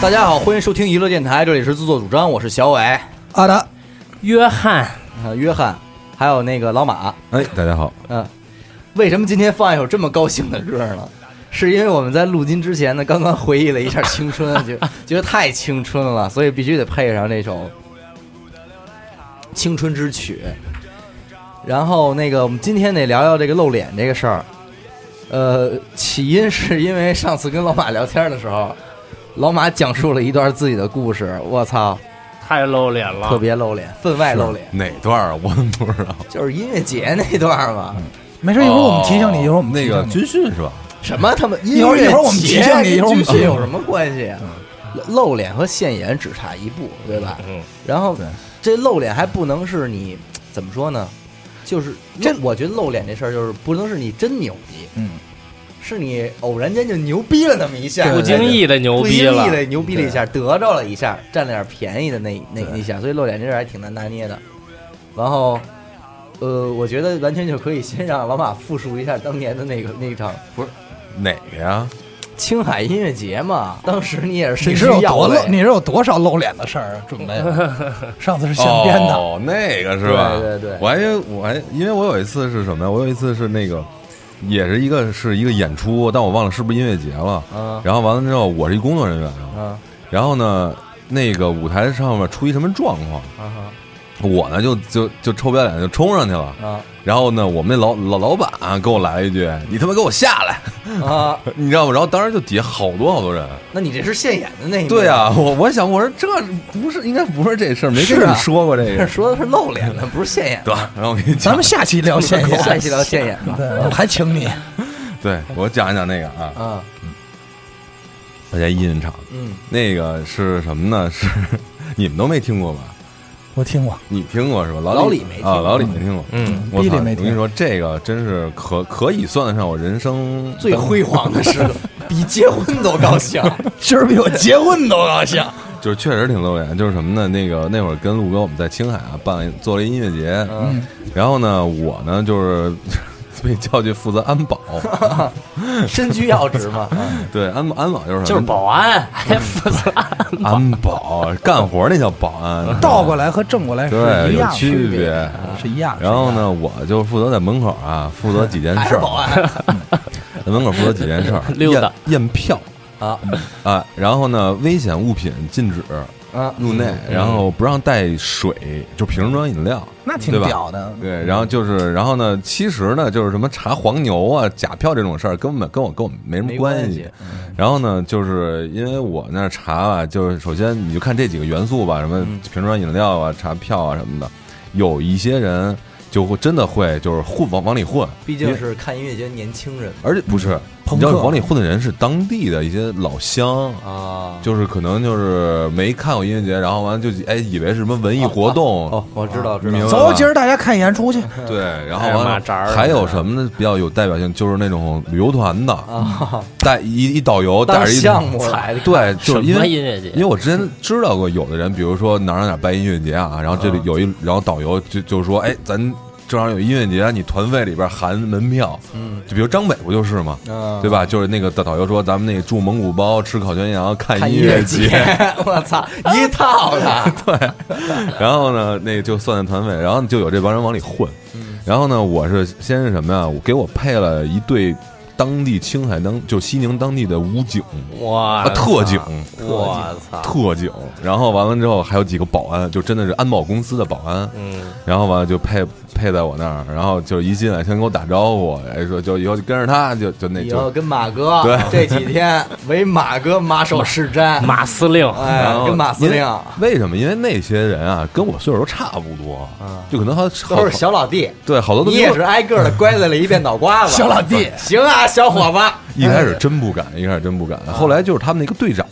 大家好，欢迎收听娱乐电台，这里是自作主张，我是小伟、阿达，约翰，呃、约翰，还有那个老马。哎，大家好，嗯、为什么今天放一首这么高兴的歌呢？是因为我们在录音之前呢，刚刚回忆了一下青春，觉觉得太青春了，所以必须得配上这首《青春之曲》。然后那个，我们今天得聊聊这个露脸这个事儿。呃，起因是因为上次跟老马聊天的时候，老马讲述了一段自己的故事，我操，太露脸了，特别露脸，分外露脸，是哪段儿啊我怎么不知道？就是音乐节那段儿嘛。 嗯没事，一会儿我们提醒你，哦一会儿我们那提醒个你军训是吧？什么他妈一会儿音乐节一会儿我们提醒你一会儿我们跟军训有什么关系啊？露脸和现眼只差一步，对吧？嗯，然后对这露脸还不能是你怎么说呢？就是这，我觉得露脸这事儿就是不能是你真牛逼，嗯，是你偶然间就牛逼了那么一下，不经意的不牛逼经了意，的牛逼了一下，得着了一下，占了点便宜的那那那一下，所以露脸这事儿还挺难拿捏的。然后，呃，我觉得完全就可以先让老马复述一下当年的那个那场哪个呀？青海音乐节嘛，当时你也是身你居是有要多露，位，你是有多少露脸的事儿啊准备的？上次是现编的，哦，那个是吧？对对对我还以为我还因为我有一次是什么呀？我有一次是那个，也是一个是一个演出，但我忘了是不是音乐节了。嗯然后完了之后，我是一工作人员，啊嗯然后呢，那个舞台上面出一什么状况，啊我呢就就就臭不要脸就冲上去了。啊然后呢，我们那老老老板、啊给我来了一句：“你他妈给我下来！” 啊！你知道吗？然后当时就底下好多好多人。那你这是现演的 那一面对啊，，我我想我说这不是应该不是这事儿，没跟是啊你说过这这个。 说的是露脸的，不是现演 对的。吧，然后我给你咱讲们，下期 聊现下一眼，期聊现演吧。对，我还请你。对我讲一讲那个啊，啊大家印印场嗯那个是什么呢？是你们都没听过吧？我听过，你听过是吧？老老李李没听啊，过老李没听过。嗯，我逼操！里我没听跟你说，这个真是可可以算得上我人生最辉煌的 时刻，比结婚都高兴。今儿比我结婚都高兴。就是确实挺露脸，就是什么呢？那个那会儿跟陆哥我们在青海啊办了做了一音乐节，嗯然后呢，我呢就是 被叫去负责安 保，身居要职嘛，啊对安安保就是什么就是保安，还负责，安保干活那叫保安，嗯倒过来和正过来是对一有样的，区别。是一样。然后？呢，我就负责在门口啊，负责几件还事是儿，保安在门口负责几件事儿 溜达验验票啊啊，然后呢，危险物品禁止啊入嗯内，然后不让带水，就瓶装饮料，那挺对吧屌的。对，然后就是，然后呢，其实呢，就是什么查黄牛啊、假票这种事儿，根本跟我跟我没什么没关关系系。然后呢，就是因为我那儿查吧，就是首先你就看这几个元素吧，什么嗯瓶装饮料啊、查票啊什么的，有一些人就会真的会就是混往往里混，毕因竟为是看音乐节的年轻人而且不是，朋你知道克往里混的人是当地的一些老乡。啊。就是可能就是没看过音乐节，然后完了就哎以为是什么文艺活动，哦，我知道知明道白走，今儿大家看演出去。对，然后哎完马了扎儿还有什么呢？比较有代表性，就是那种旅游团的，啊，带一一导游带当着一项目来的对，什就是因么为音乐节因为我之前知道过有的人，比如说哪儿哪儿哪儿办音乐节啊，然后这里有一，然后导游就就说，哎，咱正好有音乐节，你团费里边含门票，嗯，就比如张伟不就是嘛，嗯对吧？就是那个导导游说，咱们那个住蒙古包，吃烤全羊，看看音音乐乐节，我操， 一套的。 然后呢，那个就算算团费，然后就有这帮人往里混。然后呢，我是先是什么呀？我给我配了一队当地青海当就西宁当地的武警哇啊，特警，我操，特警。然后完了之后还有几个保安，就真的是安保公司的保安。嗯，然后完了就配配在我那儿，然后就一进来先跟我打招呼，哎说就以后就跟着他，就就那以后就跟马哥对这几天为马哥 马首是瞻，马司令，哎然后，跟马司令因为为什么？因为那些人啊，跟我岁数都差不多，就可能还啊都是小老弟，对好多都你比也我是挨个的乖在了一遍脑瓜子。小老弟，行啊，小伙子，一开始真不敢，一开始真不敢。后来就是他们那个队长，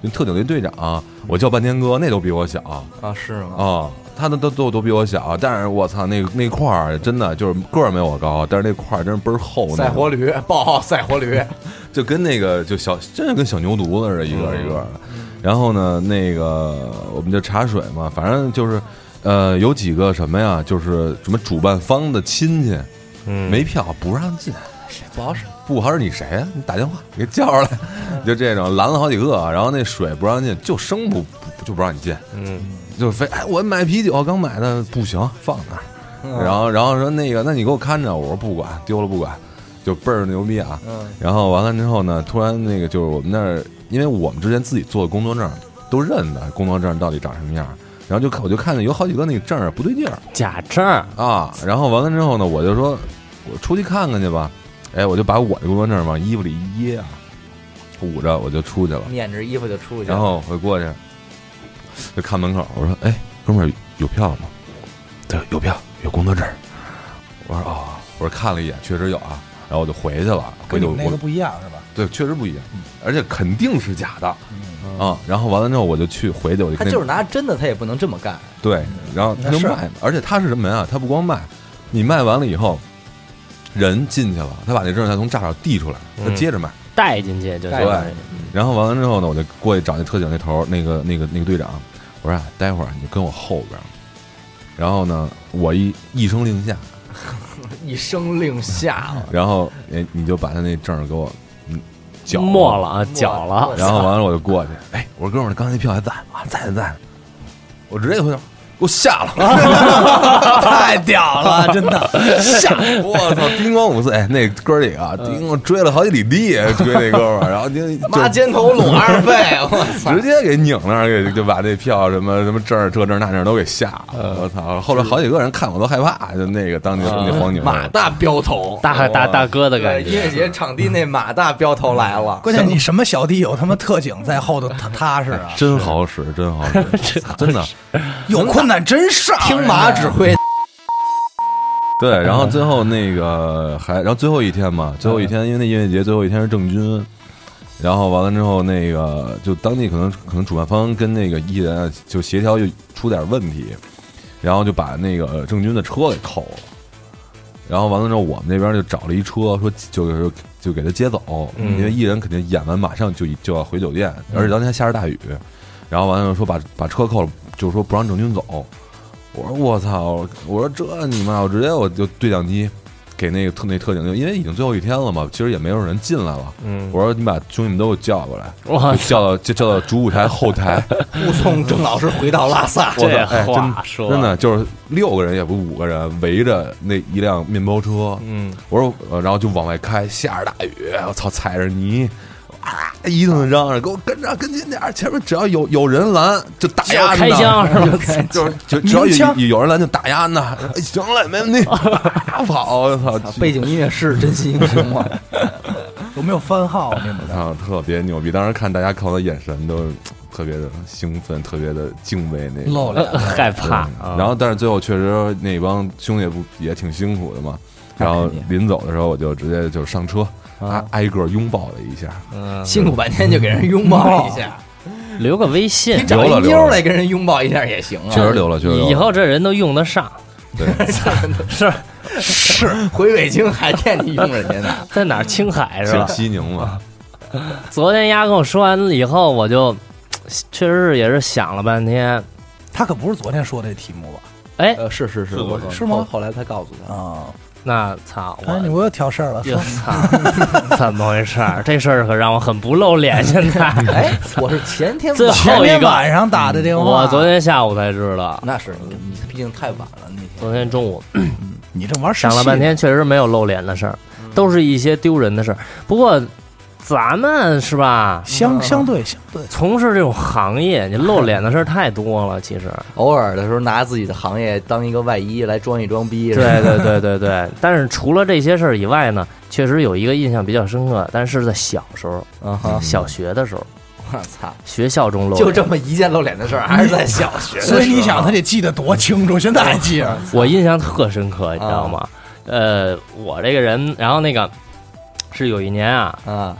就特警队队长，我叫半天哥，那都比我小啊、啊是吗？他那都都都比我小。但是我操，那那块儿真的就是个儿没我高，但是那块儿真是倍儿厚那种，赛活驴，报号赛活驴，就跟那个就小，真是跟小牛犊子似的，一个嗯一个的。然后呢，那个我们就茶水嘛，反正就是，呃，有几个什么呀，就是什么主办方的亲戚，嗯没票不让进，不好使，不好使你谁呀、你打电话 给叫上嗯来，就这种拦了好几个，然后那水不让进，就生不不就不让你进，嗯，就非哎我买啤酒刚买的不行放那儿，嗯然后然后说那个那你给我看着，我说不管丢了不管，就倍儿牛逼啊。嗯然后完了之后呢，突然那个就是我们那儿，因为我们之前自己做的工作证都认得工作证到底长什么样儿，然后就看我就看见有好几个那个证儿不对劲儿。假证儿，啊，然后完了之后呢，我就说，我出去看看去吧。哎，我就把我的工作证往衣服里一掖啊，捂着我就出去了。撵着衣服就出去了，然后我过去，就看门口，我说：“哎，哥们儿有票吗？”他说：“有票，有工作证。”我说：“哦。”我说看了一眼，确实有啊。然后我就回去了，回跟去你我们那个不一样是吧？对，确实不一样，而且肯定是假的嗯，啊。然后完了之后，我就去回去，我就他跟那就是拿真的，他也不能这么干，对，然后他就那是卖，而且他是什么呀？他不光卖，你卖完了以后，人进去了，他把那证再从栅上递出来，他嗯接着卖。带进去就带行了进。然后完了之后呢，我就过去找那特警那头儿，那个那个那个队长，我说啊，待会儿你就跟我后边儿。然后呢，我一一声令下，一声令下了，然后哎，你就把他那证儿给我嗯缴了没了啊，搅没 了，然后完了我就过去，哎，我说哥们儿，刚才那票还在啊，在呢在呢。我直接回头，给我下了， 太屌了，真的下！我操，叮咣五四，哎，那哥儿几个叮咣追了好几里地，啊 追那哥们儿，然后就 妈就肩头拢二背，我操直！接给拧那儿，给就把那票什么什么证儿这证儿那证儿都给下了。我操！后来好几个人看我都害怕，就那个当年那黄牛，马大镖头，大大大哥的对感音乐觉，节场地那马大镖头来了，关键你什么小弟有他妈特警在后头踏踏实 啊？真好使，真好使， 真的。有困难真上，啊听马指挥，对，然后最后那个还，然后最后一天嘛，最后一天，因为那音乐节最后一天是郑钧，然后完了之后，那个就当地可能可能主办方跟那个艺人啊就协调就出点问题，然后就把那个呃郑钧的车给扣了，然后完了之后，我们那边就找了一车，说就就就给他接走，嗯因为艺人肯定演完马上就就要回酒店，而且当天还下着大雨，然后完了之后说把把车扣了，就是说不让郑钧走。我说我操！我说这你妈！我直接我就对讲机给那个特那特警，就因为已经最后一天了嘛，其实也没有人进来了。嗯，我说你把兄弟们都给我叫过来，哇就，叫到就叫到主舞台后台。护送 郑老师回到拉萨。我这操哎真话说真的就是六个人也不五个人围着那一辆面包车，嗯，我说呃然后就往外开，下着大雨，我操，踩着泥。啊！一顿嚷嚷，给我跟着，跟紧点儿！前面只要有有人拦，就打只要压着开呢枪是吧？ 就是就只要鸣有枪有人来就打压呢，哎行了，没问题， 啪跑，我操，啊背景音乐是真心英雄吗？有没有番号？你们的啊，特别牛逼！当时看大家看我的眼神都特别的兴奋，特别的敬畏那种。露脸 了，害怕对啊。然后但是最后确实那帮兄弟不也挺辛苦的嘛。然后临走的时候，我就直接就上车，啊挨挨个拥抱了一下，辛苦半天就给人拥抱一下，留个微信你，找一妞儿来跟人拥抱一下也行啊。确 实留了，确实留了。以后这人都用得上。对，是是回北京还惦记用人家呢，在哪儿？青海是吧像？西宁嘛，啊昨天丫跟我说完了以后，我就确实是也是想了半天，他可不是昨天说这题目吧？哎， 呃，是是是，我是吗后来他告诉他，啊，那操哎，你我。我又挑事 儿了，又说操，怎么回事儿？这事儿可让我很不露脸。现在， 哎，我是前天最后前一天个嗯晚上打的电话，我昨天下午才知道，那是你你毕竟太晚了那天。昨天中午你这玩想了半，天，确实没有露脸的事儿，都是一些丢人的事儿。不过，咱们是吧，相相对相对，从事这种行业，你露脸的事儿太多了。其实，偶尔的时候拿自己的行业当一个外衣来装一装逼，是吧对对对对对。但是除了这些事儿以外呢，确实有一个印象比较深刻，但是在小时候，嗯 哼，小学的时候，我操，学校中露脸。就这么一件露脸的事儿，还是在小学的时候， 所以你想他得记得多清楚，现在还记着，我印象特深刻，你知道啊吗？呃，我这个人，然后那个是有一年啊，啊，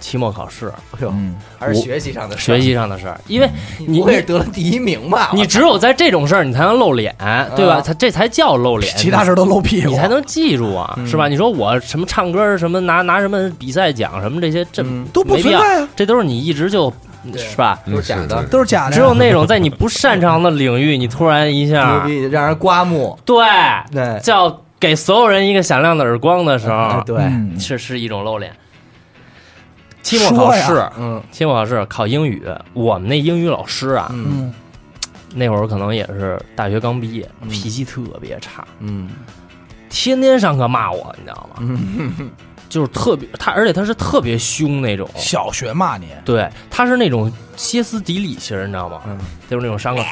期末考试，哎呦，嗯，还是学习上的事儿学，习上的事儿，因为你你不会是得了第一名吧？嗯你我只有在这种事儿，你才能露脸，对吧？才这才叫露脸， 其他事儿都嗯露屁股，你才能记住啊，是吧？你说我什么唱歌儿什么拿拿什么比赛奖什么这些，这嗯都不没必存要，在啊，这都是你一直就对是吧？都是假的嗯都是假的呀，只有那种在你不擅长的领域，你突然一牛下，逼，让人刮目，对，对，叫给所有人一个响亮的耳光的时候，哎对，嗯是是一种露脸。期末说考呀试，嗯期末考试考英语，我们那英语老师啊，嗯嗯那会儿可能也是大学刚毕业，嗯脾气特别差，嗯天天上课骂我，你知道吗？就是特别他，而且他是特别凶那种，小学骂你，对，他是那种歇斯底里型儿，你知道吗？嗯就是那种上课，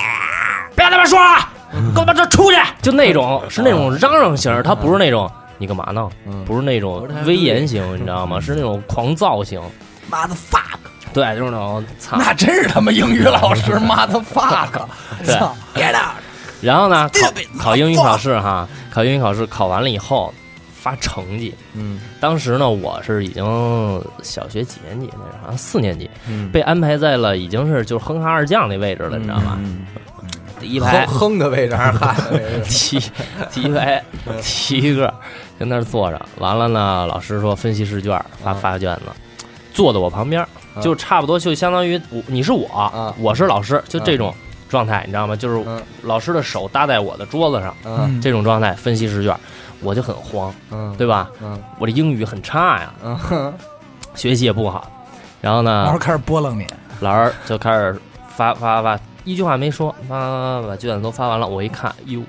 不要他妈说了，给我把这出去，就那种是那种嚷嚷型儿，他不是那种你干嘛呢？嗯，不是那种威严型，你知道吗？是那种狂躁型，妈的 fuck，对，就是那种操。那真是他妈英语老师，妈的 fuck，对操，get out，然后呢，考 Stupid 考英语考试哈，考英语考试考完了以后发成绩，嗯当时呢我是已经小学几年级那是好像四年级，嗯，被安排在了已经是就是哼哈二将那位置了，你知道吗？嗯第一 排哼哼的位置还是哈的位置？第第一排第一个跟那儿坐着，完了呢，老师说分析试卷，发嗯发卷子，坐在我旁边儿，嗯就差不多就相当于我你是我嗯，我是老师，就这种状态，你知道吗？就是嗯老师的手搭在我的桌子上，嗯这种状态分析试卷，我就很慌，嗯，对吧？嗯我这英语很差呀，嗯哼学习也不好，然后然呢后，开始拨楞你，老师就开始发发发，一句话没说，发把卷子都发完了，我一看，哟，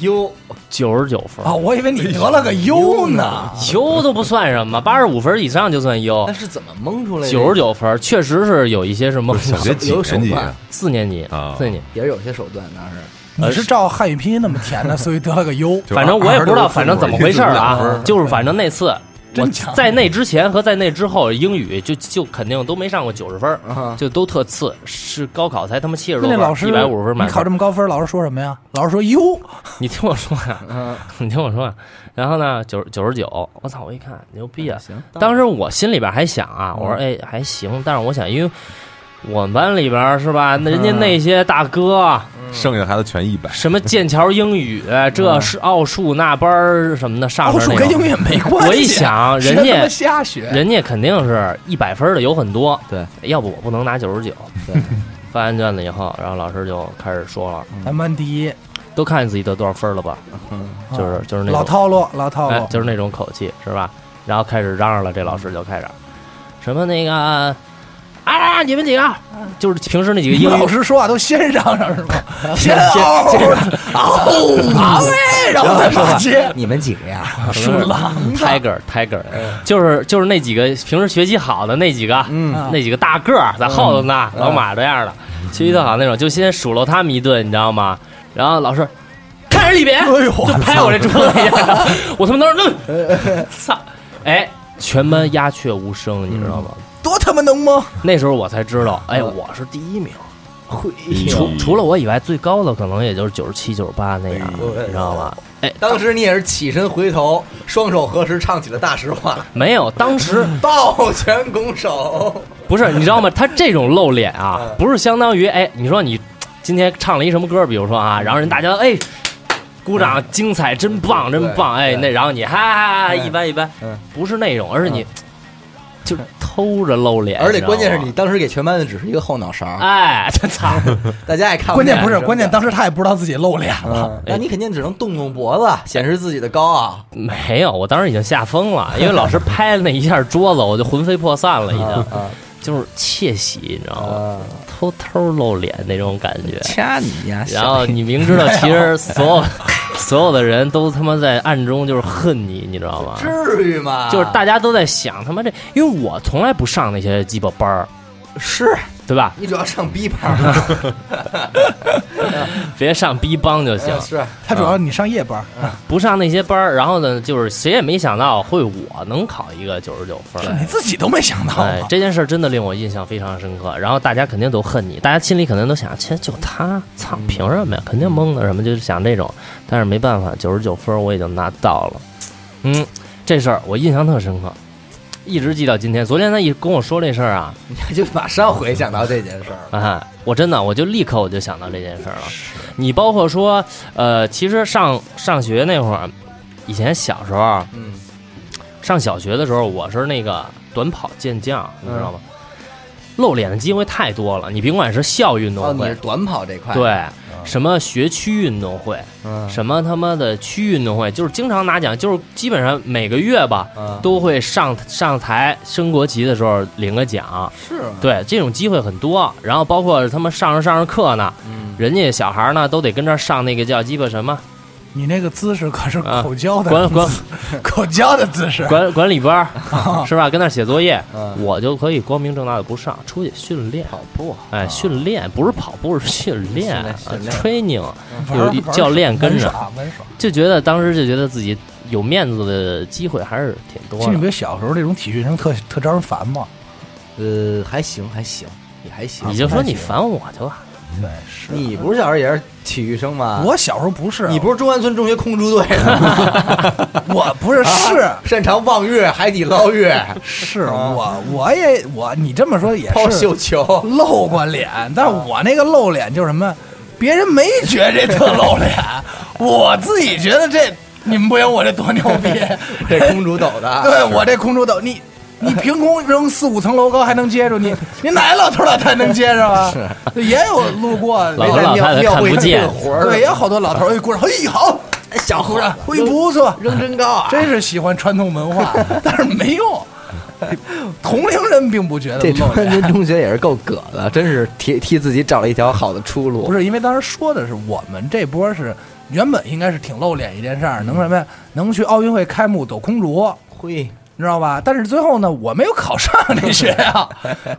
哟，九十九分啊，我以为你得了个优呢，优都不算什么，八十五分以上就算优那。是怎么蒙出来的？九十九分确实是有一些什么不是小学几有手年级办啊？四年级啊，四年级，也是有些手段，当时呃你是照汉语拼音那么填的，所以得了个 优，就反正我也不知道，反正怎么回事儿22分啊，就是反正那次我真强啊在那之前和在那之后，英语就就肯定都没上过九十分，啊，就都特次，是高考才他妈七十那多那老分，师一百五十分你满考分这。么高分，老师说什么呀？老师说优，你听我说呀，嗯， 你听我说呀，啊然后呢，九九十九，我操，我一看牛逼啊！行，当时我心里边还想啊，我说嗯哎还行，但是我想，因为我们班里边是吧，那人家那些大哥啊嗯剩下孩子全一百，什么剑桥英语，嗯这是奥数那班儿什么的上奥面数那哦跟英个，语也没关系。啊我一想人谁他家妈。瞎学，人家肯定是一百分儿的有很多，对，要不我不能拿九十九。对，发完卷子以后，然后老师就开始说了，咱们班第一，啊都看见自己得多少分了吧？嗯就是就是那老种套路，老套哎路，，就是那种口气，是吧？然后开始嚷嚷了，这老师就开始什么那个啊，你们几个就是平时那几个你英们老语师说话都先嚷嚷是吗？先嗷嗷 嗷喂，然后再骂街，你们几个呀？树狼子 tiger tiger，就是嗯就是那几个平时学习好的那几个，嗯啊那几个大个儿在后头呢，嗯老马这样的学习特好那种，就先数落他们一顿，你知道吗？然后老师看着里边，哎呦就拍我这桌子一下，我他妈当时 愣，操，哎，全班鸦雀无声，你知道吗？多他妈能吗？那时候我才知道，哎，嗯我是第一名。会除嗯除了我以外，最高的可能也就是九十七、九十八那样，哎呦你知道吗？哎，当时你也是起身回头，双手合十，唱起了大实话，没有，当时抱拳拱 手。不是，你知道吗？他这种露脸啊，嗯不是相当于哎，你说你今天唱了一什么歌，比如说啊，然后人大家哎鼓掌，精彩，真棒，真嗯棒，对哎，对那然后你哈哈哈嗯一般一般嗯，不是那种，而是你就偷着露脸，而且关键是哎知道你吗。当时给全班的只是一个后脑勺，哎， 他操！大家也看 关键见不是，什么关键的当时他也不知道自己露脸了。嗯，那你肯定只能动动脖子，显示自己的高傲。没有，我当时已经吓疯了，因为老师拍了那一下桌子，我就魂飞魄散了，已经啊就是窃喜，你知道吗？啊！偷偷露脸那种感觉。掐你呀！然后你明知道，其实所 有所有的人都他妈在暗中就是恨你，你知道吗？至于吗？就是大家都在想他妈这，因为我从来不上那些鸡巴班儿，是对吧？你主要上 B 班，嗯别上逼帮就行，是 他主要嗯你上夜班，不上那些班儿。然后呢，就是谁也没想到会我能考一个九十九分你儿。自己都没想到哎吗，？这件事儿真的令我印象非常深刻。然后大家肯定都恨你，大家心里肯定都想，切，就他，操，凭什么呀？肯定蒙的什么，就是想这种。但是没办法，九十九分儿我已经拿到了。嗯，这事儿我印象特深刻，一直记到今天。昨天他一跟我说这事儿啊，你就马上回想到这件事儿了。啊，我真的我就立刻我就想到这件事儿了。你包括说，呃，其实上上学那会儿，以前小时候嗯上小学的时候，我是那个短跑健将，嗯你知道吗？露脸的机会太多了，你甭管是校运哦，动你会，是短跑这块，对，什么学区运动会，嗯什么他妈的区运动会，就是经常拿奖，就是基本上每个月吧嗯，都会上上台升国旗的时候领个奖。嗯是吗对，这种机会很多。然后包括他们上着上着课呢，嗯人家小孩儿呢都得跟这儿上那个叫鸡巴 什么你那个姿势可是啊口交的，管管 口交的姿势。管管理班哦儿，是吧？跟那儿写作业，嗯我就可以光明正大的不上，出去训练。跑步，哎，训练不是跑步，是训练啊啊训练，training，玩有一玩教练跟着玩，耍玩耍。就觉得当时就觉得自己有面子的机会还是挺多其实你的。别小时候这种体育生特特招人烦嘛。呃，还行还行，也还行你。就说你啊烦我就完了。对，是你不是小时候也是体育生吗？我小时候不是，你不是中关村中学空竹队的， 我不 是是擅长望月、海底捞月、是我我也我你这么说也抛是绣球。露过脸，但是我那个露脸就是什么，别人没觉得这特露脸，我自己觉得这你们不行，我这多牛逼，这 空竹斗的，对我这空中斗你。你凭空扔四五层楼高还能接住你？你哪老头老太太能接着啊？是，也有路过老没头在老庙太太庙看会不见干活儿对，也有好多老头儿一哎鼓掌，嘿，好，小鼓伙掌子，嘿，不错，扔真高啊！真是喜欢传统文化，但是没用。同龄人并不觉得这中露关脸，村中学也是够葛的，真是替替自己找了一条好的出路。不是因为当时说的是我们这波是原本应该是挺露脸一件事儿，能什么呀？能去奥运会开幕抖空竹，会你知道吧？但是最后呢，我没有考上那学校，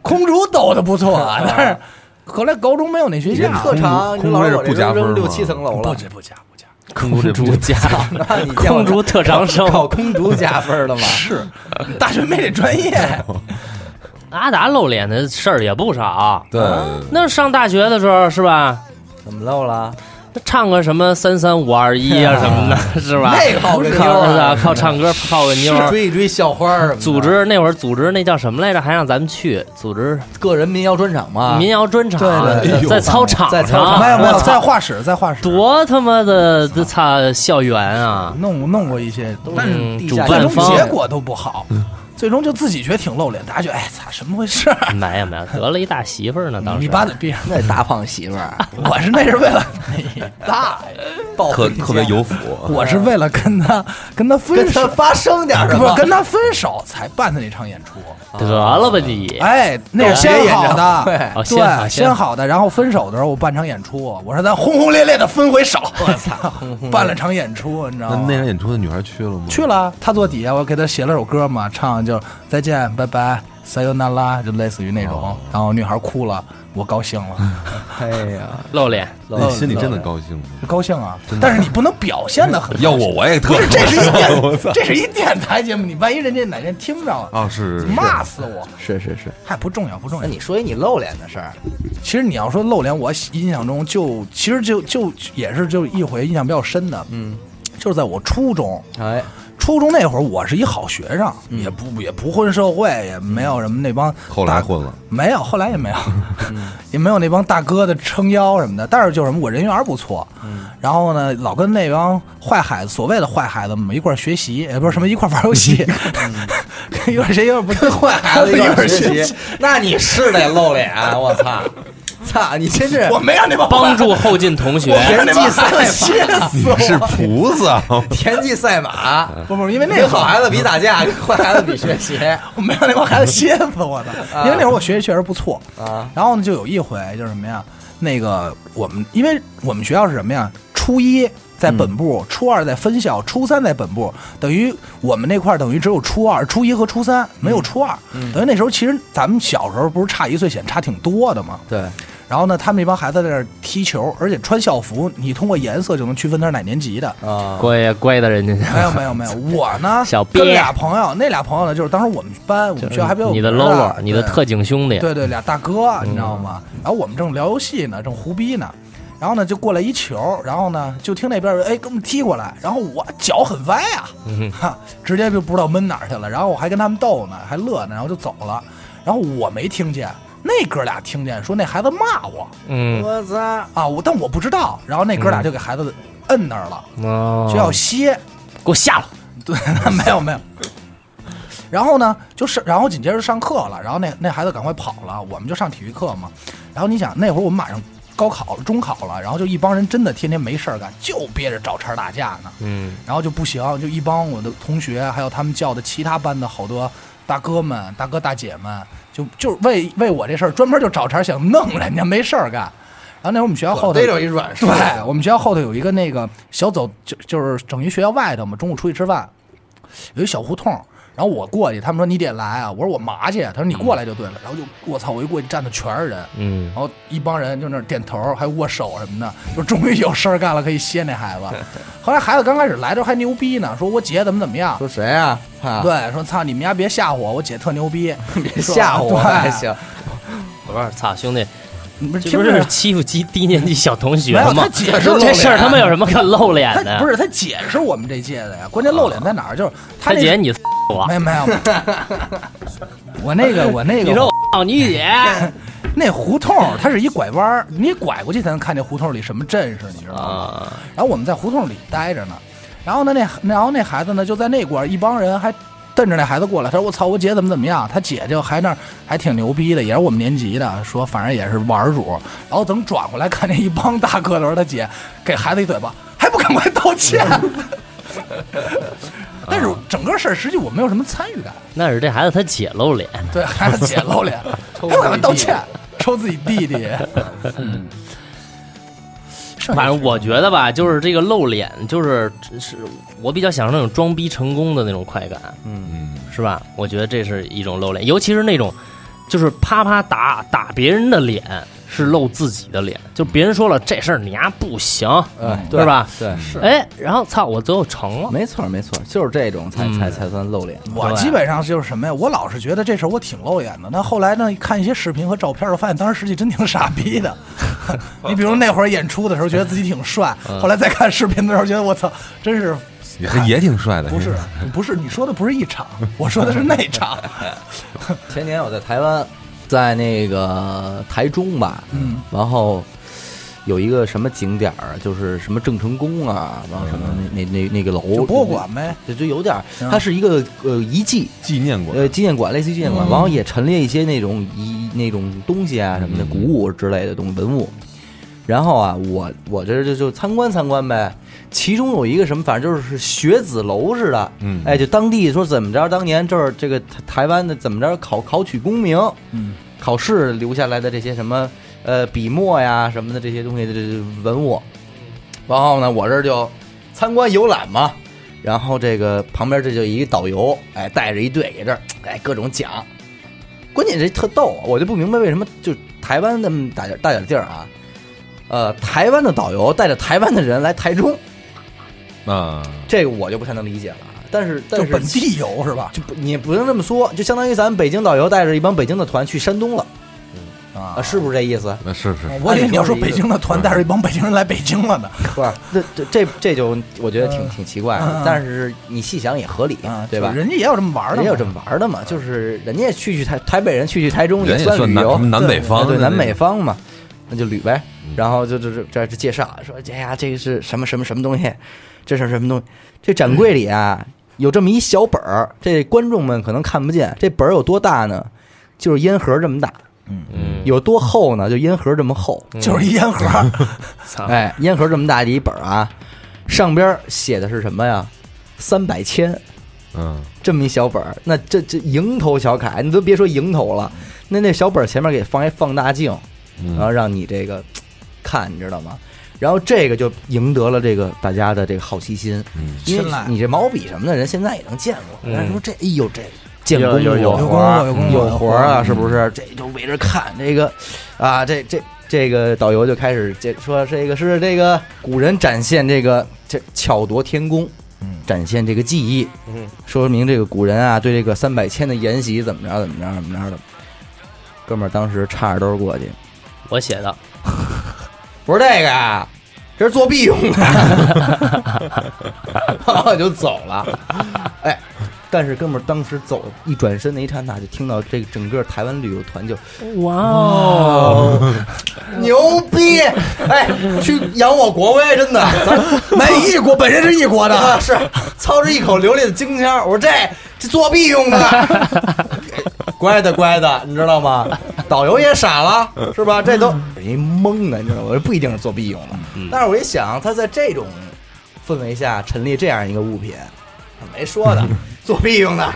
空竹抖的不错，啊但是后来高中没有那学你校这，特长，你空老空师中我是不加这分扔吗六七层楼不了，加不加不加，空竹加， 那你见过空竹特长生考空竹加分 了吗？是大学没这专业， 阿达露脸的事儿也不少。对，啊那上大学的时候是吧？怎么漏了？那唱个什么三三五二一啊什 么的，是吧？那靠个妞靠是吧啊，靠唱歌泡个妞儿。追一追校花儿什么的，组织那会儿组织那叫什么来着？还让咱们去组织个人民谣专场嘛。民谣专场，对对对在操场哎在操场上，没有没有，我操在画室，在画室多他妈的这操校园啊！弄弄过一些，但是嗯，地主下最办终方啊结果都不好，最终就自己觉得挺露脸，大家觉得哎操，什么回事儿？没有没有，得了一大媳妇儿呢。当时你把嘴闭上！那大胖媳妇儿，我是那是为了你 大爷，抱特回家特别有谱。啊我是为了跟他跟他分跟他手，啊发生点什不是么？跟他分手才办的那场演出。得了吧你，哎，那是先好的，哦对，先好先先好的，然后分手的时候我办场演出，我说咱轰轰烈烈的分回手，我 操，办了场演出，你知道那吗那？场演出的女孩去了吗？去了，他坐底下，我给他写了首歌嘛，唱就是再见，拜拜，sayonara，就类似于那种。然后女孩哭了，我高兴了，哎呀，露脸。那你心里真的高兴吗？高兴啊！但是你不能表现的很高兴。要我我也特不是，这是一我操电，这是一电台节目，你万一人家哪天听着了， 啊是是是骂死我！是是是。嗨，不重要，不重那要。你说一你露脸的事儿，其实你要说露脸，我印象中就其实就就也是就一回印象比较深的，嗯，就是在我初中，哎，初中那会儿，我是一好学生，嗯也不也不混社会，也没有什么那帮后来混了，没有，后来也没有， 也没有那帮大哥的撑腰什么的。但是就是什么，我人缘儿不错，然后呢，老跟那帮坏孩子，所谓的坏孩子们一块儿学习，也不是什么一块儿玩儿游 戏，一块儿学习一块儿不跟坏孩哎子一块块儿儿学学习。，那你是得露脸，啊我操，操，你真是我没让那帮帮助后进同学，别让那帮孩子天 歇你死是我。菩萨， 田忌赛马，不不，因为那会跟儿好孩子比打架，跟坏孩子比学习。我没让那帮孩子 歇死我的，因为那会儿我学习确实不错啊。然后呢，就有一回就是什么呀？那个我们，因为我们学校是什么呀？初一在本嗯部，初二在分校，初三在本部，等于我们那块儿等于只有初二、初一和初三，没嗯有初二。等于那时候其实咱们小时候不是差一岁显差挺多的嘛。对，然后呢，他们那帮孩子在那儿踢球，而且穿校服，你通过颜色就能区分他是哪年 级的。啊，乖乖的人家没有没有没有，我呢小跟鳖俩朋友，那俩朋友呢，就是当时我们班我们学校还比较有你的名儿啊 Lolo，你的对特警兄弟，对对俩大哥，你知道吗？然后我们正聊游戏呢，正胡逼呢，然后呢就过来一球，然后呢就听那边有人哎给我们踢过来，然后我脚很歪啊，哈，直接就不知道闷哪儿去了，然后我还跟他们斗呢，还乐呢，然后就走了，然后我没听见。那哥俩听见说那孩子骂我嗯，我操，啊，我但我不知道，然后那哥俩就给孩子摁那儿了，哦就要歇，给我下了， 对，没有没有。然后呢，就是然后紧接着上课了，然后那那孩子赶快跑了，我们就上体育课嘛。然后你想那会儿我们马上高考了、中考了，然后就一帮人真的天天没事儿干，就憋着找茬儿打架呢。嗯，然后就不行，就一帮我的同学，还有他们叫的其他班的好多大哥们、大哥大姐们，就就为为我这事儿专门就找茬儿想弄人家，没事儿干。然后那会儿我们学校后头逮着一软 柿对子，我们学校后头有一个那个小走，就就是整一学校外头嘛，中午出去吃饭，有一小胡同。然后我过去，他们说你得来啊，我说我麻去，他说你过来就对了。然后就我操，我一过去站的全是人，嗯然后一帮人就那儿点头，还握手什么的，就终于有事儿干了，可以歇 那孩子。后来孩子刚开始来的时候还牛逼呢，说我姐怎么怎么样，说谁啊？啊，对，说操你们家别吓唬我，我姐特 牛逼，别吓唬我还对行。不是，操兄弟，你不是这听不着是。欺负低低年级小同学没有，吗他？姐是露这脸事儿他们有什么可露脸的？他不，是他姐是我们这届的呀，关键露脸在哪儿？就是他他那姐你我没，有没有， 我那个我那个你说我操 你姐，那胡同儿它是一拐弯儿，你拐过去才能看见胡同里什么阵势，你知道吗？啊然后我们在胡同里待着呢，然后呢那然后那孩子呢就在那块儿，一帮人还瞪着那孩子过来，他说我操我姐怎么怎么样，他姐就还那儿还挺牛逼的，也是我们年级的，说反正也是玩主，然后等转过来看见一帮大个头儿，他姐给孩子一嘴巴，还不赶快道歉。但是整个事儿实际我没有什么参与感，那是这孩子他姐露脸，对，还是姐露脸，还不赶快道歉，抽自己弟弟。剩下反正我觉得吧，就是这个露脸，就是是我比较享受那种装逼成功的那种快感，嗯，是吧？我觉得这是一种露脸，尤其是那种就是啪啪打打别人的脸，是露自己的脸，就别人说了这事儿你丫不行，嗯，是吧？对，是哎，然后操，我最后成了，没错没错，就是这种才嗯才才算露脸。我基本上就是什么呀？我老是觉得这事儿我挺露脸的，但后来呢，看一些视频和照片，我发现当时实际真挺傻 逼的。你比如那会儿演出的时候，觉得自己挺帅，嗯后来再看视频的时候，觉得我操，真是也也挺帅的，不是哎不是？你说的不是一场，我说的是那场。 前年我在台湾，在那个台中吧，嗯，然后有一个什么景点儿，就是什么郑成功啊，然后什么那那那那个楼嗯就博物馆呗，就就有点儿，嗯它是一个呃遗迹。纪念过。呃，纪念馆类似于纪念馆，嗯然后也陈列一些那种遗那种东西啊什么的嗯古物之类的东文物。然后啊，我我这就就参观参观呗。其中有一个什么，反正就是学子楼似的，嗯哎，就当地说怎么着，当年这儿这个台台湾的怎么着考考取功名，嗯，考试留下来的这些什么呃笔墨呀什么的这些东西的这文物。然后呢，我这儿就参观游览嘛，然后这个旁边这就一导游，哎，带着一队给这儿，哎，各种讲。关键这特逗，啊我就不明白为什么就台湾那么大点大点地儿啊，呃，台湾的导游带着台湾的人来台中，啊，这个我就不太能理解了。啊但是但就是本地游是吧？就不你也不能这么说，就相当于咱们北京导游带着一帮北京的团去山东了啊，啊是不是这意 思？那是是是，我以为你要说北京的嗯团带着一帮北京人来北京了呢。不是，这这这这就我觉得挺挺奇怪嗯的嗯，但是你细想也合理啊，，对吧就？人家也有这么玩儿人的嘛，家有这么玩的嘛，就是人家去去台台北人去去台中人也算算旅南游什么，南北方对的南那北种嗯方嘛，那就捋呗。然后就就就这这介绍说，哎呀，这是什么什么什么东西，这是什么东西？这展柜里啊有这么一小本儿，这观众们可能看不见，这本儿有多大呢？就是烟盒这么大，嗯，有多厚呢？就烟盒这么厚。就是一烟盒儿，操，哎，烟盒这么大的一本儿啊，上边儿写的是什么呀？三百千，嗯，这么一小本儿，那这这蝇头小楷，你都别说蝇头了，那那小本儿前面给放一放大镜，嗯然后让你这个嘖看，你知道吗？然后这个就赢得了这个大家的这个好奇心，嗯因为信赖你这毛笔什么的，人现在也能见过，嗯人家说这，哎呦这。见有功夫有有有活儿功夫有功夫有活儿有活啊，儿是不是？这就围着看这个，啊，这这这个导游就开始这说这个是这个古人展现这个这巧夺天工，嗯展现这个技艺，嗯，说明这个古人啊对这个三百千的研习怎么着怎么着怎么着的。哥们儿当时插着兜儿过去，我写的，不是这个呀，这是作弊用的，然后 就走了。哎，但是哥们儿当时走一转身的一刹那，就听到这整个台湾旅游团就哇哦，牛逼，哎，去扬我国威，真的，咱没一国本身是一国的。啊是操着一口流利的京腔儿，我说这这作弊用的， 乖的乖的，你知道吗？导游也傻了，是吧？这都人家懵的，你知道吗？这不一定是作弊用的，但是我一想，他在这种氛围下陈列这样一个物品，没说 的，作弊用的，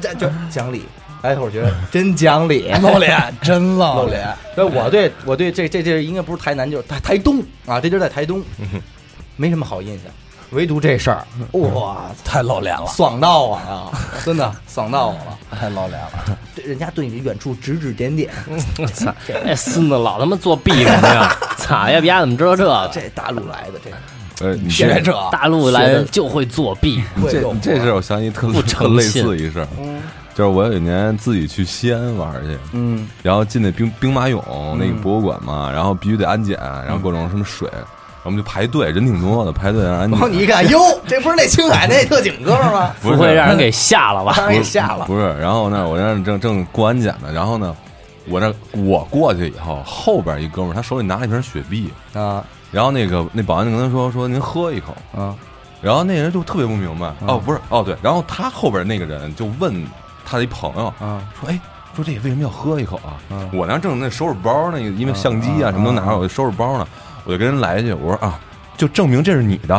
这就讲理。哎，我觉得真讲理，露脸，真露露脸。所以我对我对这这这应该不是台南，就是台台东啊，这地儿在台东，没什么好印象，唯独这事儿，哇，太露脸了，爽到我了，真的爽到我了。太露脸了。对，人家对你远处指指点点，我哦 操，这孙子老他妈作弊什么呀？操，要不丫怎么知道这个？这大陆来的，这呃，你这学者，大陆来人就会作弊，会这有这事儿我想起特不特诚类信似一事儿，就是我有一年自己去西安玩儿去，嗯，然后进那兵兵马俑那个博物馆嘛，然后必须得安检，然后各种什么水，然后我们就排队，人挺多的，排队让安然嗯检。后你一看，哟，这不是那青海那特警哥们儿吗？不不是会让人给吓了吧？当然给吓了，不是，然后呢，我那儿正正过安检呢，然后呢，我那我过去以后，后边一哥们儿他手里拿了一瓶雪碧，啊然后那个那保安就跟他说说您喝一口，啊然后那人就特别不明白，哦嗯不是哦对，然后他后边那个人就问他的一朋友啊说哎。说这为什么要喝一口啊？嗯我那正那收拾包那个，因为相机啊什么都拿着，我就收拾包呢。嗯我就跟人来一句，我说啊，就证明这是你的。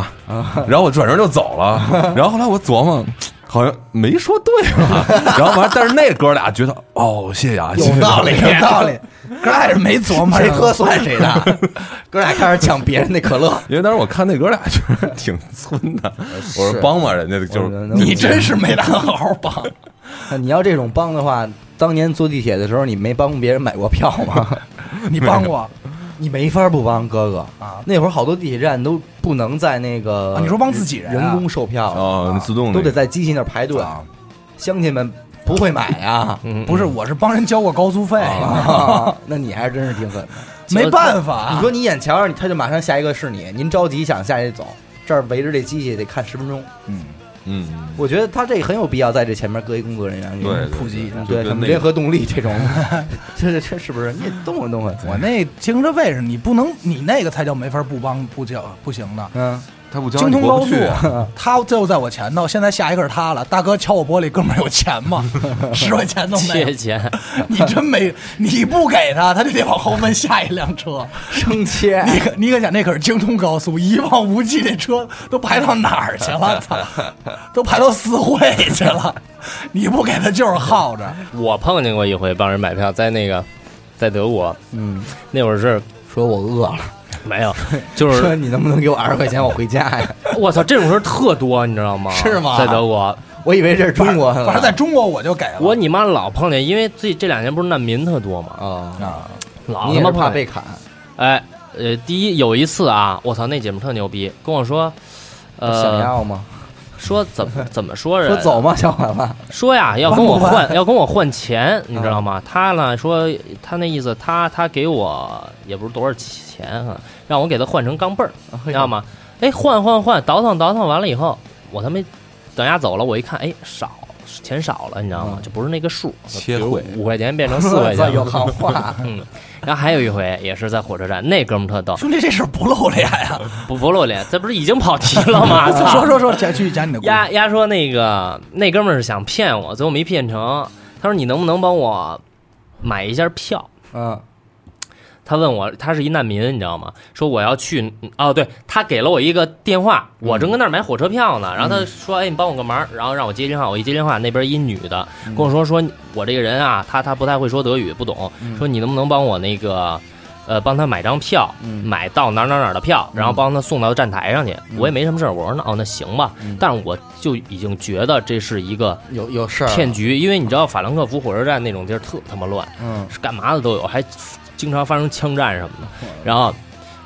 然后我转身就走 了。然后后来我琢磨，好像没说对吧？然后完，但是那哥俩觉得哦，谢谢啊，谢谢有道理，有道理，哥俩也是没琢磨，谁喝算谁的， 哥俩开始抢别人的可 乐，因为当时我看那哥俩就是挺村的，我说帮帮人家就呃我是能 你真是没打算好好帮。你要这种帮的话，当年坐地铁的时候，你没帮别人买过票吗？ 你帮过？你没法不帮哥哥啊那会儿好多地铁站都不能在那个啊你说帮自己人啊人工售票哦，自动都那得个在机器那儿排队，啊嗯乡亲们不会买呀。 不是，我是帮人交过高速费，啊， 那你还是真是挺狠的。 没办法。啊你说你眼瞧着你，他就马上下一个是你，您着急想下去走，这儿围着这机器得看十分钟。嗯，嗯，嗯我觉得他这很有必要在这前面搁一工作人员，对对对普及嗯就对，跟什么那个联合动力这种，这这这是不是？你动啊动啊，我那自行车费是你不能，你那个才叫没法不帮不交不行的。嗯，他不交京你通过高不速去啊。， 他最后在我前头，现在下一个是他了。大哥敲我玻璃，哥们儿有钱 吗？十块钱都没有借，钱，你真没，你不给他，他就得往后奔下一辆车。生切。你可你可想，那可是京通高速，一望无际，这车都排到哪儿去了？操， 都排到四惠去了，你不给他就是耗着。我碰见过一回帮人买票，在那个在德国，嗯，那会儿是说我饿了，没 有，就说是你能不能给我二十块钱，我回家呀？ 我操，这种事儿特多，你知道吗？是吗啊在德国，我以为这是 中国反的，反正在中国我就给了。我你妈老碰见，因为最这两年不是难民特多嘛，啊，啊，老你他也妈是碰怕见被砍，哎，呃，第一有一次啊，我操，那姐们特牛逼，跟我说， 想呃，要吗？说怎 么怎么说人，啊说走吗，小伙子？说 呀，要跟我完不完换，要跟我换钱，你知道嗯吗？他呢说他那意思，他他给我也不是多少钱啊，让我给他换成钢镚儿，你知道吗？哎，换换换，倒腾倒腾完了以后，我他妈等丫走了，我一看，哎，少钱少了，你知道嗯吗？就不是那个数，切比如惠五块钱变成四块 钱。哎有行话，嗯，然后还有一回也是在火车站，那哥们儿特逗， 兄弟，这事儿不露脸呀。不不露脸，这不是已经跑题了吗？操 说说说，讲继 续讲你的故事。丫丫说那个那哥们儿是想骗我，最后没骗成。他说你能不能帮我买一下票？嗯，他问我，他是一难民，你知道吗？说我要去，哦，对他给了我一个电话，我正跟那儿买火车票呢。然后他说，哎，你帮我个忙，然后让我接电话。我一接电话，那边一女的跟我说，说我这个人啊，他他不太会说德语，不懂，说你能不能帮我那个。呃，帮他买张票，嗯买到哪儿哪儿哪儿的票，然后帮他送到站台上去。我也没什么事儿，我说那哦那行吧，但是我就已经觉得这是一个有有事儿骗，局，因为你知道法兰克福火车站那种地儿特他妈乱，嗯是干嘛的都有，还经常发生枪战什么的。然后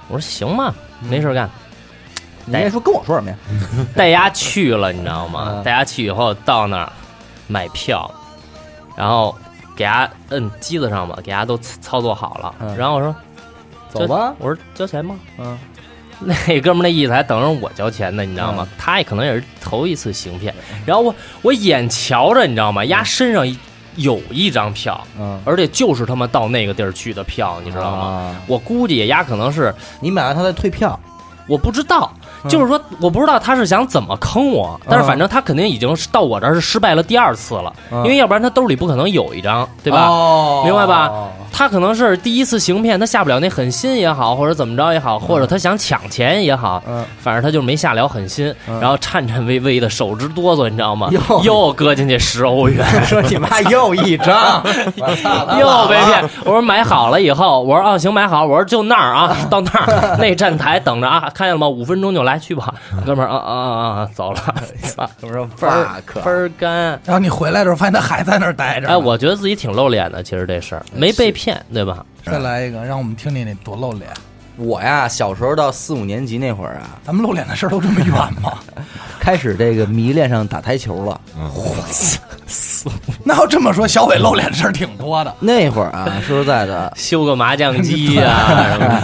我说行吧，嗯没事儿 干，你那说跟我说什么呀？带丫去了，你知道吗嗯？带丫去以后到那儿买票，然后给丫摁机子上吧，给丫都操作好了。嗯然后我说走吧，我说交钱吗？ 嗯，那哥们儿那意思还等着我交钱呢，你知道嗯吗？他也可能也是头一次行骗。然后我我眼瞧着，你知道吗？丫身上有一张票，嗯，而且就是他妈到那个地儿去的票，你知道吗？啊我估计丫可能是你买完他再退票，我不知道，嗯就是说，我不知道他是想怎么坑我，但是反正他肯定已经是到我这儿是失败了第二次了，嗯因为要不然他兜里不可能有一张，对吧？哦明白吧？他可能是第一次行骗，他下不了那狠心也好，或者怎么着也好，或者他想抢钱也好，嗯，反正他就没下了狠心，然后颤颤巍巍的手直哆嗦，你知道吗哟？又搁进去十欧元。说你妈又一张，我操他 又妈被骗！我说买好了以后，我说哦行买好，我说就那儿啊，到那儿那站台等着啊，看见了吗？五分钟就来，去吧，哥们儿啊啊啊啊，走了，我说倍儿 fuck，倍儿干。 然后你回来的时候发现他还在那儿待着呢。哎，我觉得自己挺露脸的，其实这事儿没被骗，对吧？再来一个，让我们听听你多露脸。我呀，小时候到四五年级那会儿啊，咱们露脸的事儿都这么远吗？ 开始这个迷恋上打台球了。那要这么说，小伟露脸的事儿挺多的。那会儿啊，说实在的，修个麻将机呀、什么的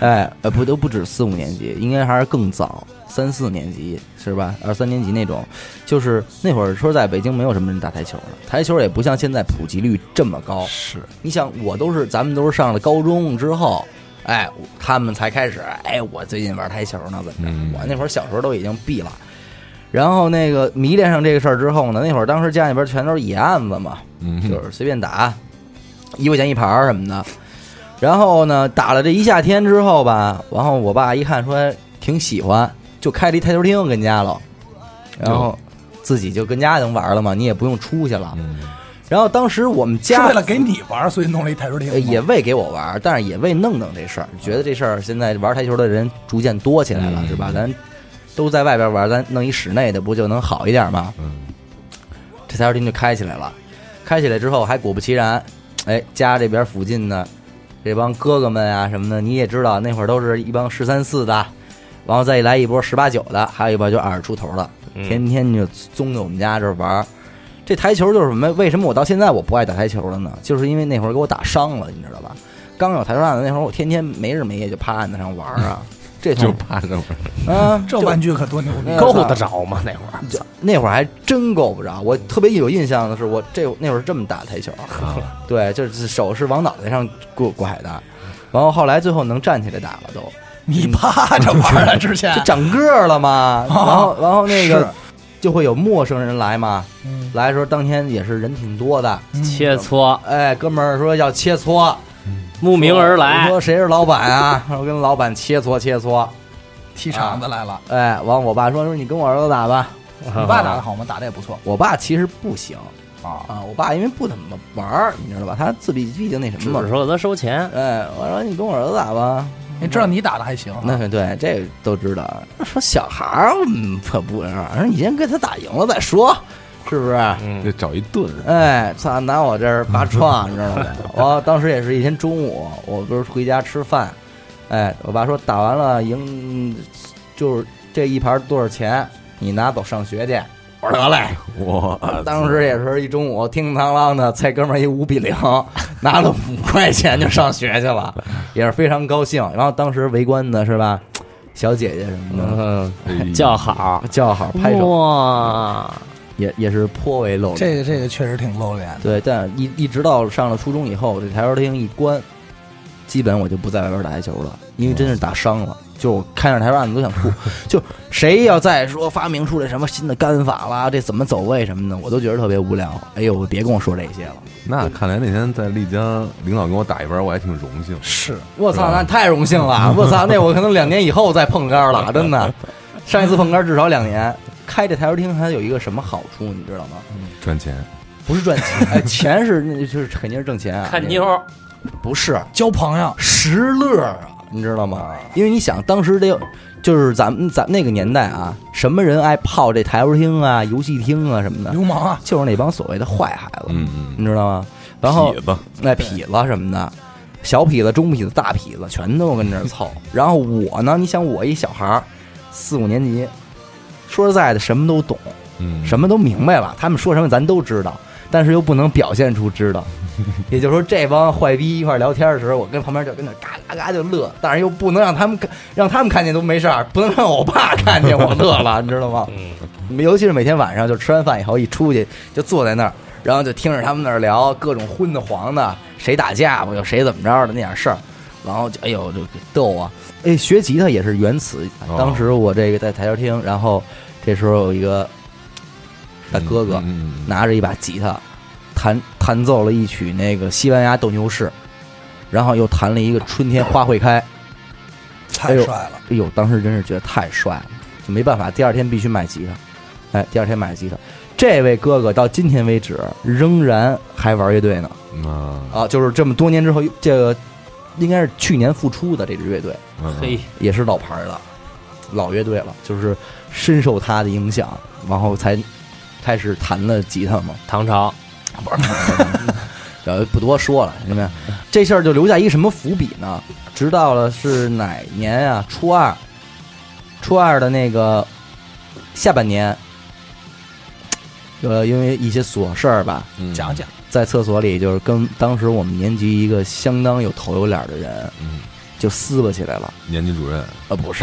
哎，呃，不都不止四五年级，应该还是更早，三四年级是吧？二三年级那种，就是那会儿说实在北京没有什么人打台球了，台球也不像现在普及率这么高。是，你想，我都是咱们都是上了高中之后，哎，我他们才开始，哎，我最近玩台球呢，怎么着？嗯我那会儿小时候都已经毙了。然后那个迷恋上这个事儿之后呢，那会儿当时家里边全都是野案子嘛，嗯哼，就是随便打，一块钱一盘儿什么的。然后呢，打了这一夏天之后吧，然后我爸一看说挺喜欢，就开了一台球厅跟家了，然后自己就跟家能玩了嘛，你也不用出去了。嗯然后当时我们是家为了给你玩儿，所以弄了一台球呃厅。也为给我玩儿，但是也为弄弄这事儿，觉得这事儿现在玩台球的人逐渐多起来了，嗯是吧？咱都在外边玩，咱弄一室内的不就能好一点吗？嗯这台球厅就开起来了。开起来之后，还果不其然，哎，家这边附近呢，这帮哥哥们啊什么的，你也知道，那会儿都是一帮十三四的，然后再来一波十八九的，还有一波就二十出头的，天天就宗着我们家这儿玩儿。这台球就是什么？为什么我到现在我不爱打台球了呢？就是因为那会儿给我打伤了，你知道吧？刚有台球案子那会儿，我天天没日没夜就趴案子上玩儿啊，这 就通怕这玩意儿，啊，这玩具可多牛逼！嗯够得着吗？那会儿就那会儿还真够不着。我特别有印象的是，我这那会儿是这么打台球， 对，就是手是往脑袋上过拐的，然后后来最后能站起来打了都，你趴着玩儿啊？之前嗯就长个儿了嘛。 然后然后那是个就会有陌生人来嘛，嗯来的时候当天也是人挺多的，切磋，哎，哥们儿说要切磋，慕名而我来， 说谁是老板啊？ 我跟老板切磋切磋，踢场子来了。哎，完我爸说说你跟我儿子打吧，你爸打的啊好吗？打的也不错我爸其实不行。啊。啊，我爸因为不怎么玩儿，你知道吧？他自闭毕竟那什 只么是嘛。说他收钱，哎，我说你跟我儿子打吧，你知道哎你打的还行啊，那对，这个都知道。说小孩儿嗯可不是，说你先跟他打赢了再说，是不是？嗯得找一顿。哎，操，拿我这儿拔创，你知道吗？我当时也是一天中午，我不是回家吃饭，哎，我爸说打完了赢，就是这一盘多少钱，你拿走上学去。我说得嘞，我 当时也是一中午，叮叮当啷的，菜哥们儿一五比零，拿了五块钱就上学去了，也是非常高兴。然后当时围观的是吧，小姐姐什么嗯，哎叫好，的叫好拍手，哇，也也是颇为露脸。这个这个确实挺露脸的。对，但一一直到上了初中以后，这台球厅一关，基本我就不在外边打台球了，因为真是打伤了。就我看着台球案子都想吐， 就谁要再说发明出来什么新的杆法啦，这怎么走位什么的，我都觉得特别无聊。哎呦，别跟我说这些了。那看来那天在丽江，领导跟我打一盘，我还挺荣幸。是，我操，那太荣幸 了！我操，那我可能两年以后再碰杆儿了，真 的。上一次碰杆儿至少两年。开这台球厅还有一个什么好处，你知道吗？赚钱，不是赚钱， 哎，钱是那就是肯定是挣钱啊。看妞，儿，不是交朋友石乐啊，你知道吗？因为你想，当时得有，就是咱们咱那个年代啊，什么人爱泡这台球厅啊、游戏厅啊什么的，流氓啊，就是那帮所谓的坏孩子，嗯嗯，你知道吗？然后痞子，那痞子什么的，小痞子、中痞子、大痞子，全都跟这儿凑。 然后我呢，你想我一小孩儿，四五年级，说实在的，什么都懂，嗯，什么都明白了，他们说什么咱都知道，但是又不能表现出知道。也就是说，这帮坏逼一块儿聊天的时候，我跟旁边就跟那嘎嘎嘎就乐，但是又不能让他们看，让他们看见都没事儿，不能让我爸看见我乐了，你知道吗？尤其是每天晚上，就吃完饭以后一出去，就坐在那儿，然后就听着他们那儿聊各种荤的黄的，谁打架吧，又谁怎么着的那点事儿，然后就哎呦就给逗啊。哎，学吉他也是原词。哦当时我这个在台球厅，然后这时候有一个大哥哥嗯嗯嗯拿着一把吉他，弹弹奏了一曲那个西班牙斗牛士，然后又弹了一个春天花会开。哎太呦帅了，哎呦，当时真是觉得太帅了，就没办法，第二天必须买吉他。哎，第二天买吉他。这位哥哥到今天为止仍然还玩乐队呢嗯啊，啊，就是这么多年之后，这个应该是去年复出的这支乐队，嗯嘿，也是老牌儿了，老乐队了，就是深受他的影响，然后才开始弹了吉他嘛。唐朝呃，不多说了，兄弟们，这事儿就留下一个什么伏笔呢？直到了是哪年啊？初二，初二的那个下半年，呃，因为一些琐事儿吧，嗯讲讲，在厕所里就是跟当时我们年级一个相当有头有脸儿的人嗯就撕巴起来了。年级主任呃，不是，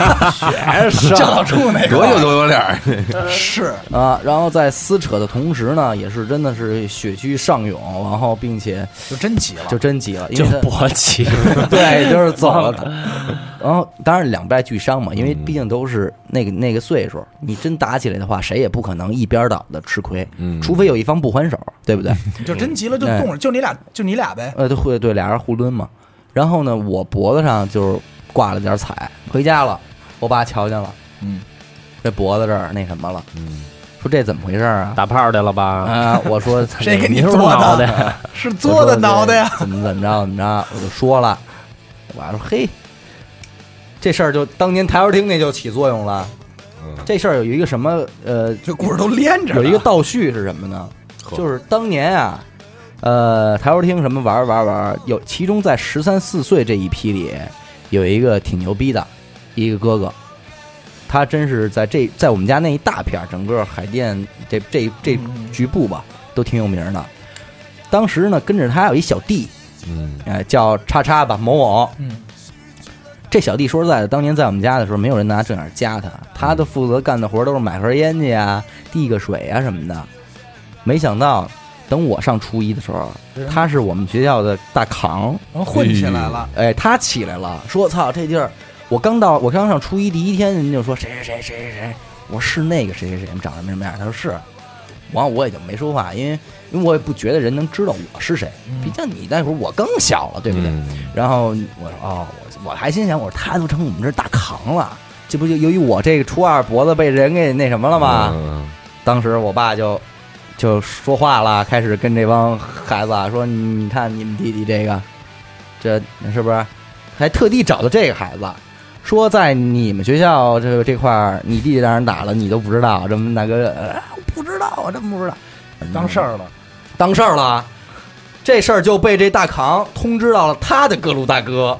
学生教导处那多有个头有脸儿，是啊，然后在撕扯的同时呢，也是真的是血气上涌，然后并且就真急了，就真急了，因就为他勃起， 对，就是走了。然后当然两败俱伤嘛，因为嗯毕竟都是那个那个岁数，你真打起来的话，谁也不可能一边倒的吃亏，嗯 除非有一方不还手，对不对？ 就真急了，就嗯动了，就你俩，就你俩呗，呃，对，会对俩人互抡嘛。然后呢，我脖子上就是挂了点彩，回家了，我爸瞧见了，嗯，这脖子这儿那什么了，嗯说这怎么回事儿 啊？打炮去了吧？啊，我说谁给你牛做脑的？袋？是做的脑袋呀，我说这怎么怎么着怎么着，我就说了，我爸说嘿，这事儿就当年台球厅那就起作用了。嗯这事儿有一个什么呃，这故事都连着呢，有一个倒叙是什么呢？呵就是当年啊，呃，台球厅什么玩儿玩儿玩儿，有其中在十三四岁这一批里，有一个挺牛逼的，一个哥哥，他真是在这在我们家那一大片儿，整个海淀这这这嗯局部吧，都挺有名儿的。当时呢，跟着他有一小弟，嗯哎，叫叉叉吧，某某。嗯，这小弟说实在的，当年在我们家的时候，没有人拿正眼夹他，他的负责干的活儿都是买盒烟去啊，递个水啊什么的。没想到，等我上初一的时候，啊他是我们学校的大扛，然后混起来了，哎，他起来了，说：“操，这地儿！我刚到，我刚上初一第一天，人家就说谁谁谁谁谁谁，我说是那个谁谁谁，你长什么什么样？”他说是，完我也就没说话，因为因为我也不觉得人能知道我是谁，毕竟你那会儿我更小了，对不对？嗯然后我说哦，我我还心想，我说他都成我们这大扛了，这不就由于我这个初二脖子被人给那什么了吗？嗯当时我爸就就说话了，开始跟这帮孩子啊说，你你看你们弟弟这个，这是不是？还特地找的这个孩子，说在你们学校这个这块儿，你弟弟让人打了，你都不知道，这么大哥、呃不知道，我真不知道，当哎事儿了，当事儿了。这事儿就被这大扛通知到了他的各路大哥，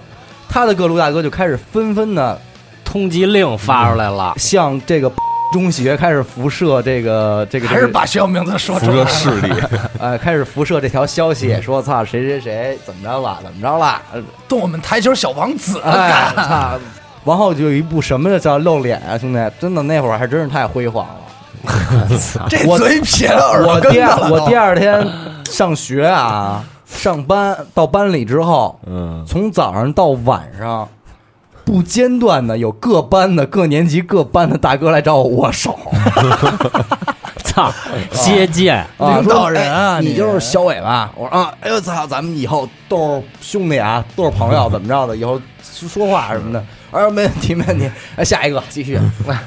他的各路大哥就开始纷纷的通缉令发出来了，向这个 中学开始辐射这个这个，还是把学校名字说辐出来射了，视力，呃开始辐射这条消嗯息，说操谁谁谁怎么着了怎么着了，动我们台球小王子呃啊，哎干操，然后就有一部什么叫露脸啊，兄弟，真的那会儿还真是太辉煌了。 这我嘴撇到耳朵我根第子二了都，我第二天上学啊，上班到班里之后，嗯从早上到晚上，不间断的有各班的、各年级、各班的大哥来找我握手操，接见，啊，领导人啊说哎你你就是小伟吧？我说啊，哎呦操，咱们以后都是兄弟啊，都是朋友，怎么着的？以后说话什么的，我说没问题，没问题。哎，下一个继续。哎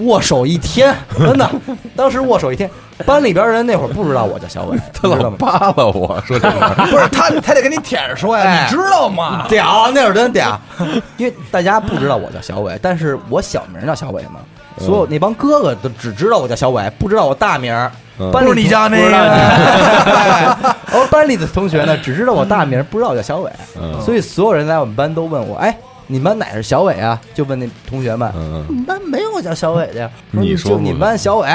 握手一天，真的，当时握手一天，班里边人那会儿不知道我叫小伟，知他道老吗扒拉我说这玩意儿不是他，他得跟你舔着说呀，哎你知道吗？屌，那会儿真屌， 因为大家不知道我叫小伟，但是我小名叫小伟嘛，所嗯有那帮哥哥都只知道我叫小伟，不知道我大名儿。嗯班不里是你叫那 不知道个，哎而班里的同学呢，只知道我大名儿，不知道我叫小伟，嗯所以所有人来我们班都问我，哎，你们班哪是小伟啊？就问那同学们，嗯你们班没有我叫小伟的呀？我你说就不你们班小伟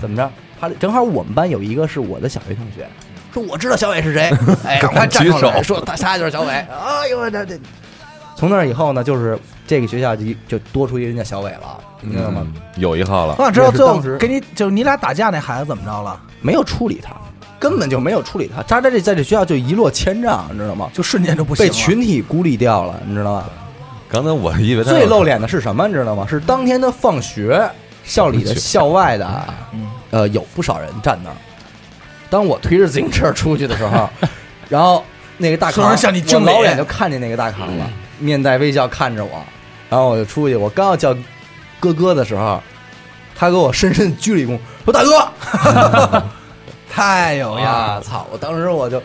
怎么着？他正好我们班有一个是我的小学同学，说我知道小伟是谁，哎，赶快站出举手来，说他他就是小伟。哎呦，这这，从那以后呢，就是这个学校就就多出一个人叫小伟了，你知道吗？嗯有一号我啊了，想知道最后这是当时给你就是你俩打架那孩子怎么着了？没有处理他，根本就没有处理他，他在这在这学校就一落千丈，你知道吗？就瞬间就不行被了。群体孤立掉了，你知道吗？刚才我以为他最露脸的是什么，你知道吗？是当天的放学，校里的、校外的啊，嗯呃，有不少人站那儿。当我推着自行车出去的时候， 然后那个大所扛有人向你敬我礼老远就看见那个大扛了，嗯面带微笑看着我，然后我就出去，我刚要叫哥哥的时候，他给我深深鞠了一躬，说：“大哥。” 太有哎样了。啊呀，操！我当时我就，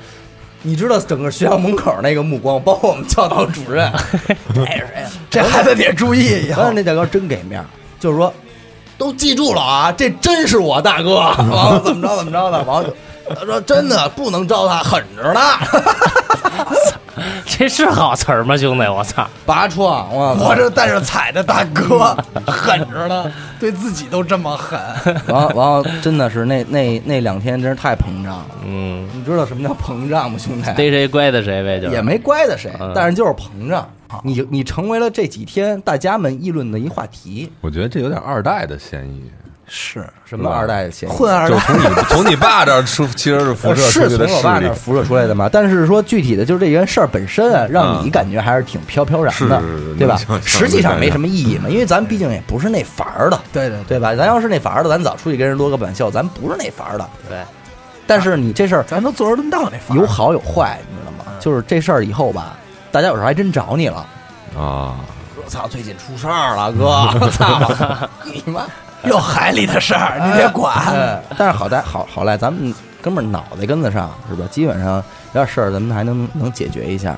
你知道整个学校门口那个目光，包括我们教导主 任，哎呀哎呀，这孩子得注意以当后嗯时。那大哥真给面儿，就是说，都记住了啊，这真是我大 哥。完了怎么着怎么着的，完了他说真的不能招他，狠着呢，这是好词儿吗，兄弟？我操！拔创，我操 我这带着彩的大哥，嗯狠着呢，对自己都这么狠，完了完了，真的是那那那两天真是太膨胀了。嗯，你知道什么叫膨胀吗，兄弟？逮谁乖的谁呗，就是也没乖的谁嗯，但是就是膨胀。你你成为了这几天大家们议论的一话题。我觉得这有点二代的嫌疑，是什么二代的嫌疑？混二就代 从你从你爸这儿出，其实是辐呃射是从出去的我爸势那力儿。辐射出来的嘛？但是说具体的，就是这件事儿本身啊，让你嗯感觉还是挺飘飘然的，是是是对吧能想？实际上没什么意义嘛，因为咱毕竟也不是那法儿的，对对对，对吧？咱要是那法儿的，咱早出去跟人撸个板袖，咱不是那法儿的。对，但是你这事儿咱都坐而论道那法儿有好有坏，你知道吗？就是这事儿以后吧，大家有时候还真找你了。啊，说操，最近出事儿了，哥， 操，你妈！又海里的事儿，你别管。哎但是好在好好赖咱们哥们儿脑袋跟得上，是吧？基本上有点事儿咱们还能能解决一下，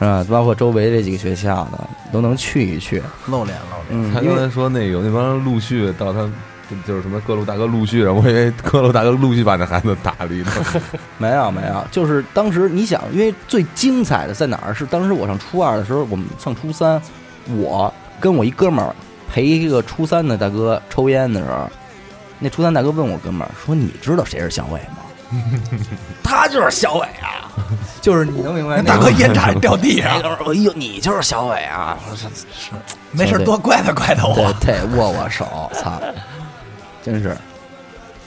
是吧？包括周围这几个学校的都能去一去，露脸露脸，嗯他，因刚为才说那个那帮陆续到他。就是什么各路大哥陆续，我以为各路大哥陆续把那孩子打了一顿。 没有没有，就是当时你想，因为最精彩的在哪儿？是当时我上初二的时候，我们上初三，我跟我一哥们儿陪一个初三的大哥抽烟的时候，那初三大哥问我哥们儿说：“你知道谁是小伟吗？”他就是小伟啊， 就是你能明白那那个大哥烟渣掉 地那上，哥们儿，哎呦，你就是小伟啊！我说没事儿多怪他怪他哦对我，对，握握手， 操，真是啊、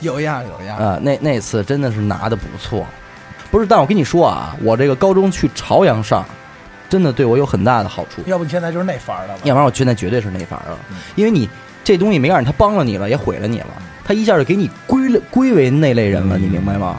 有样有样。呃那那次真的是拿的不错，不是？但我跟你说啊，我这个高中去朝阳上，真的对我有很大的好处，要不你现在就是那法儿的吧？要不然我现在绝对是那法儿了，嗯因为你这东西没告诉你，他帮了你了，也毁了你了，他一下就给你归类归为那类人了，你明白吗？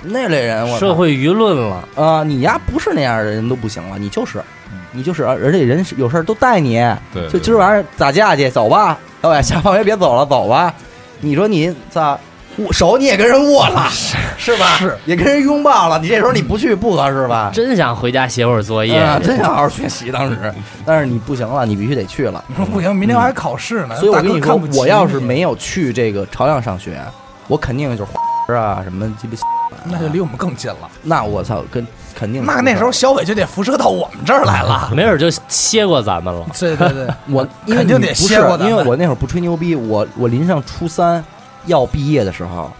那类人，我操嗯社会舆论了，啊、你呀不是那样的人都不行了，你就是，嗯你就是，而且人是有事儿都带你，对就今儿晚上打架去，走吧，老板下放学别走了，走吧。你说你咋握手你也跟人握了，是嗯吧？是也跟人拥抱了，你这时候你不去不合适吧？真想回家写会儿作业。 啊真想好好学习当时，但是你不行了，你必须得去了。嗯你说不行，明天我还考试呢。所以我跟你大哥说看不，起我要是没有去这个朝阳上学，我肯定就是 啊什么鸡巴啊，那就离我们更近了。那我操跟肯定那那时候小伟就得辐射到我们这儿来嗯了。没准儿就歇过咱们了，对对对，我因为肯你定得不歇是过咱因为们我那会儿不吹牛逼，我我临上初三要毕业的时候，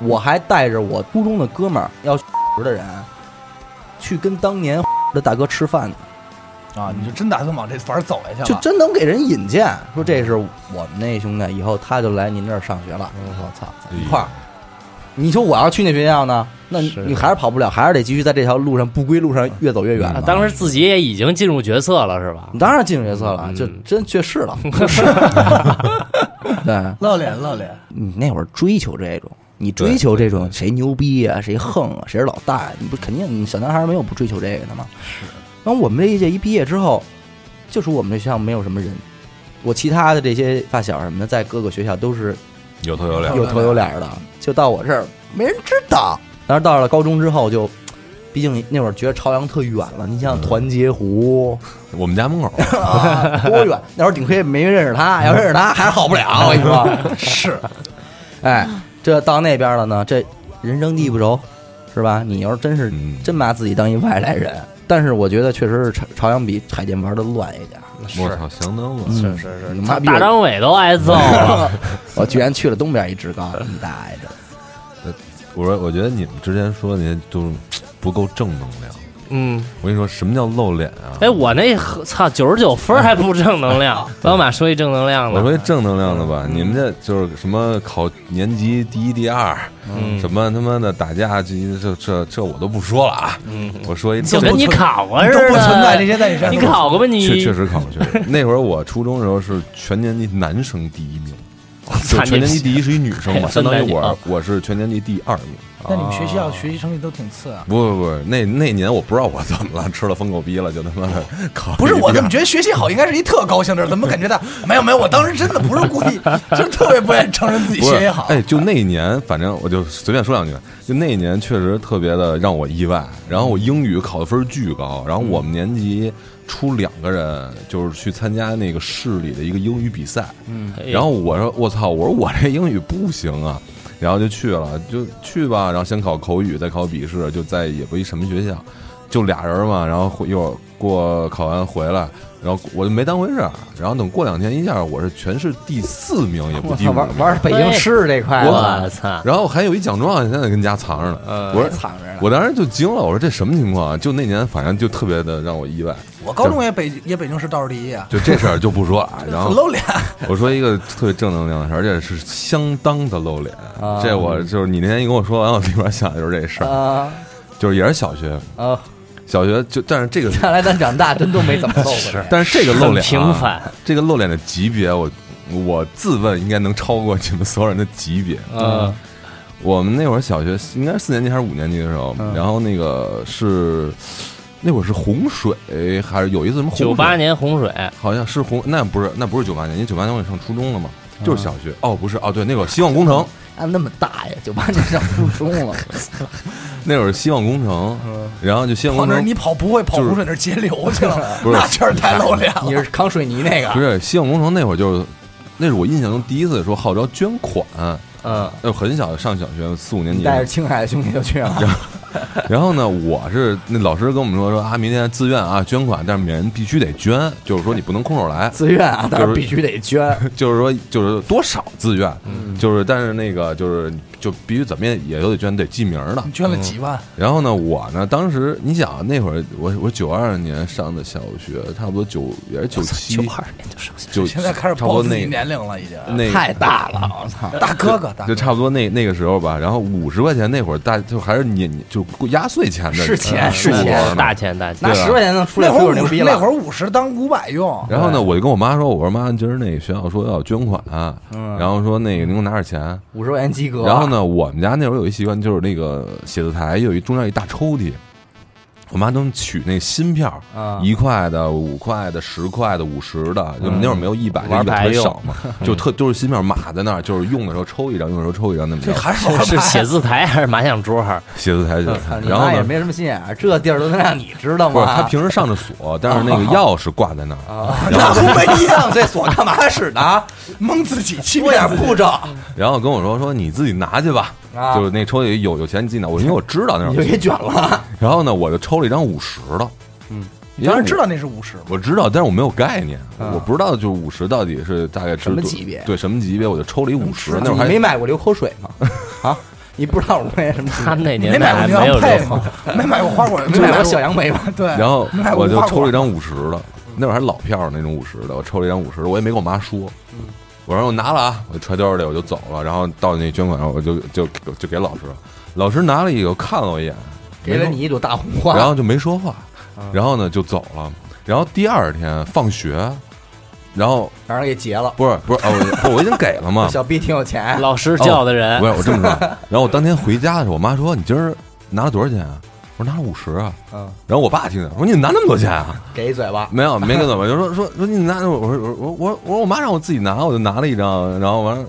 我还带着我初中的哥们儿要 的人，去跟当年 的大哥吃饭呢，啊，你就真打算往这法儿走下去就了？真能给人引荐，说这是我们那兄弟，以后他就来您这儿上学哎了。我说操，一块儿。你说我要去那学校呢，那是你还是跑不了，还是得继续在这条路上不归路上越走越远啊了。当时自己也已经进入角色了，是吧？当然进入角色了，嗯就真去世 了，是。对，露脸露脸，你那会儿追求这种，你追求这种谁牛逼啊，谁横啊，谁是老大呀、你不肯定你小男孩没有不追求这个的吗？是。然后我们这一届一毕业之后，就是我们这学校没有什么人，我其他的这些发小什么的，在各个学校都是有头有脸，有头有脸的，就到我这儿没人知道。但是到了高中之后就。毕竟那会儿觉得朝阳特远了，你像团结湖、我们家门口啊，多远？那会儿顶亏没认识他，要认识他还是好不了。我跟你说，是哎，这到那边了呢，这人生地不熟，是吧？你要是真是嗯真把自己当一外来人，但是我觉得确实是朝朝阳比海淀玩的乱一点。我操，相当恶嗯是心。是是，你妈逼 大我！张伟都挨揍了，我居然去了东边一职高，你大爷的！我说，我觉得你们之前说那些都是不够正能量，嗯，我跟你说，什么叫露脸啊？哎，我那和操九十九分儿还不正能量，老马说一正能量我的，说正能量的吧，嗯你们这就是什么考年级第一、第二，嗯什么他妈的打架，这这这这我都不说了啊。嗯我说一就正跟你考过似都的，不存在这些在你身你上。考过吧你？确确实考过，确 实那会儿我初中的时候是全年级男生第一名，我就操，全年级你第一是一女生嘛，分相男当于女啊我我是全年级第二名。那你们学校学习成绩都挺次嗯啊？不不不，那那年我不知道我怎么了，吃了疯狗逼了，就他妈的考不是我怎怎么觉得学习好应该是一特高兴的事儿，怎么感觉到没有没有？我当时真的不是故意，就特别不愿意承认自己学习好。哎，就那一年，反正我就随便说两句，就那一年确实特别的让我意外。然后我英语考的分儿巨高，然后我们年级出两个人就是去参加那个市里的一个英语比赛，嗯，哎然后我说我操，我说我这英语不行啊。然后就去了，就去吧。然后先考口语，再考笔试，就在也不一什么学校，就俩人嘛。然后一会儿过考完回来，然后我就没当回事儿。然后等过两天，一下我是全市第四名，也不 我第操，五名玩。玩北京市这块了，我操，然后还有一奖状，现在跟家藏着呢。我说藏着呢。我当时就惊了，我说这什么情况啊？就那年，反正就特别的让我意外。我高中也北也北京市倒数第一啊，就这事儿就不说了啊。然哦很后 露脸。我说一个特别正能量的事儿，而且是相当的露脸啊。这我就是你那天一跟我说完，我立马想的就是这事儿，啊就是也是小学，啊！小学就但是这个看来咱长大真都没怎么 露过脸。但是这个露脸、啊、很平凡，这个露脸的级别，我我自问应该能超过你们所有人的级别。嗯，我们那会儿小学应该是四年级还是五年级的时候，然后那个是那会儿是洪水还是有一次什么洪水九八年洪水，好像是洪那不是那不是九八年，因为九八年我也上初中了嘛，就是小学哦不是哦对那会儿希望工程啊，那么大呀，九八年上初中 了，那会儿希望工程，然后就希望跑工那儿程你跑不会跑就是洪水那儿截流去了，不是那确实太露脸你了。是扛水泥那个不是希望工程那会儿就是那是我印象中第一次说号召捐款，嗯，那会儿很小上小学四五年级带着青海的兄弟就去了。 然后呢，我是那老师跟我们说说啊，明天自愿啊捐款，但是每人必须得捐，就是说你不能空手来，自愿啊，但就是是必须得捐。就是说就是多少自愿，嗯就是但是那个就是就必须怎么也也都得捐，得记名儿的你。捐了几万？然后呢，我呢当时你想啊那会儿我我九二年上的小学，差不多九也是九 七九二年就上学，九，现在开始差不多报自己那年龄了，已经。那太大了，我操！ 大哥哥，大就哥差不多那那个时候吧。然后五十块钱那会儿大就还是你你就压岁钱的是钱呃是那会儿钱呢大钱大钱，拿十块钱能出来那会多少儿牛五逼十，了？那会儿五十当五百 用，然后呢，我就跟我妈说，我说妈，今儿那学校说要捐款、啊嗯然后说那个您给我拿点钱。五十块钱及格。然后？呢，我们家那会儿有一习惯，就是那个写字台有一中间有一大抽屉，我妈都取那新票啊，一块的、五块的、十块的、五十的，就那会儿没有一百，就玩一百牌特别用少嘛，就特都是新票码在那儿，就是用的时候抽一张，用的时候抽一张那嗯么着。还是玩是牌写字台还是麻将桌？写字台就操你然后妈也呢，没什么心眼儿，这地儿都能让你知道不是吗？她平时上着锁，但是那个钥匙挂在那儿，那不 没一样，这锁干嘛使的啊？ 蒙自己欺多骗点自己步骤，然后跟我说说你自己拿去吧，啊就是那抽屉里有有钱你自己拿，我因为我知道那你种就。给卷了。然后呢，我就抽了一张五十的，嗯，当然知道那是五十，我，我知道，但是我没有概念，我不知道就是五十到底是大概是啊什么多级别对什么级别，我就抽了一五十，那会儿你还没买过流口水 吗？啊，你不知道五十块钱什么心他眼儿？那你年没代买过还没牛有羊这配个，吗？没买过 花果，你没买买过过小杨梅吗？对， 然后没买过我就花抽果了一张五十的，那会儿还老票那种五十的，我抽了一张五十的，我也没跟我妈说，嗯我说我拿了啊，我就揣兜里我就走了，然后到那捐款上我就就就就给老师了，老师拿了一个看了我一眼，给了你一朵大红花。然后就没说话，啊然后呢就走了，然后第二天放学，然后让人给劫了。不是不是哦，不是我已经给 了嘛，小 B 挺有钱， 老师教的人 不，是我这么说。然后我当天回家的时候，我妈说：“你今儿拿了多少钱啊？”我说：“拿了五十啊。嗯，”然后我爸听见说：“你拿那么多钱啊给一嘴巴？”。没有，没跟怎么，就说说说你拿，我说我我我我我妈让我自己拿，我就拿了一张，然后完了，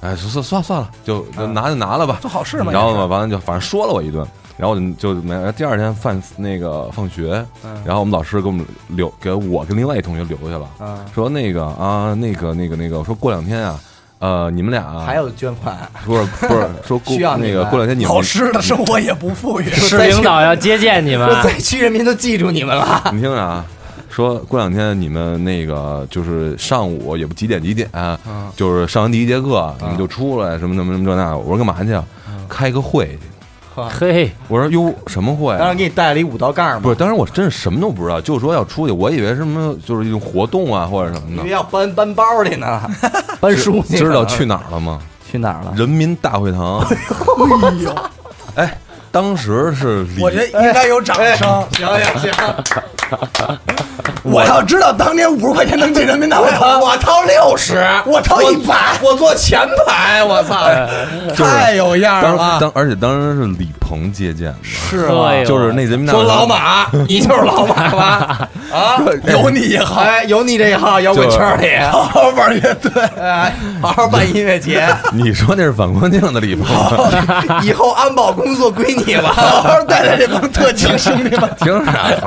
哎，算算算算了，就就拿就拿了吧，嗯嗯做好事嘛然后也呢，是完了就反正说了我一顿，然后我就就没。第二天放那个放学，嗯然后我们老师给我们留给我跟另外一同学留下了，嗯，说那个啊那个那个那个，我说过两天啊，呃，你们俩啊还有捐款，不是不是说过需要那你个们过两天你们老师的生活也不富 裕，市领导要接见你们说，灾区人民都记住你们了。你听着啊，说过两天你们那个就是上午也不几点几点，嗯啊嗯就是上完第一节课你们就出来什么什么什么这那，我说干嘛去啊？开个会去。嘿，我说哟什么货当呀时？给你带了一五道杠嘛，不是，当时我真是什么都不知道，就说要出去，我以为什么就是一种活动啊或者什么以为的。要搬搬包里呢，搬书去呢。知道去哪儿了吗？去哪儿了？人民大会堂。哎，当时是李我觉得应该有掌声。哎行行行， 我要知道当年五十块钱能进人民大会堂，我掏六十，我掏一百，我坐前排，我 操！就是太有样当时儿了。哎当而且当时是李鹏接见的，是哎呦就是那人民大说会老堂。马，你就是老马吧？啊，有你一行，哎，有你这一号摇滚圈里，好好玩乐队。哎，好好办音乐节， 你说那是反光镜的 李鹏，以后安保工作归你 好了。好带带这帮特勤兄弟们。听啥呀？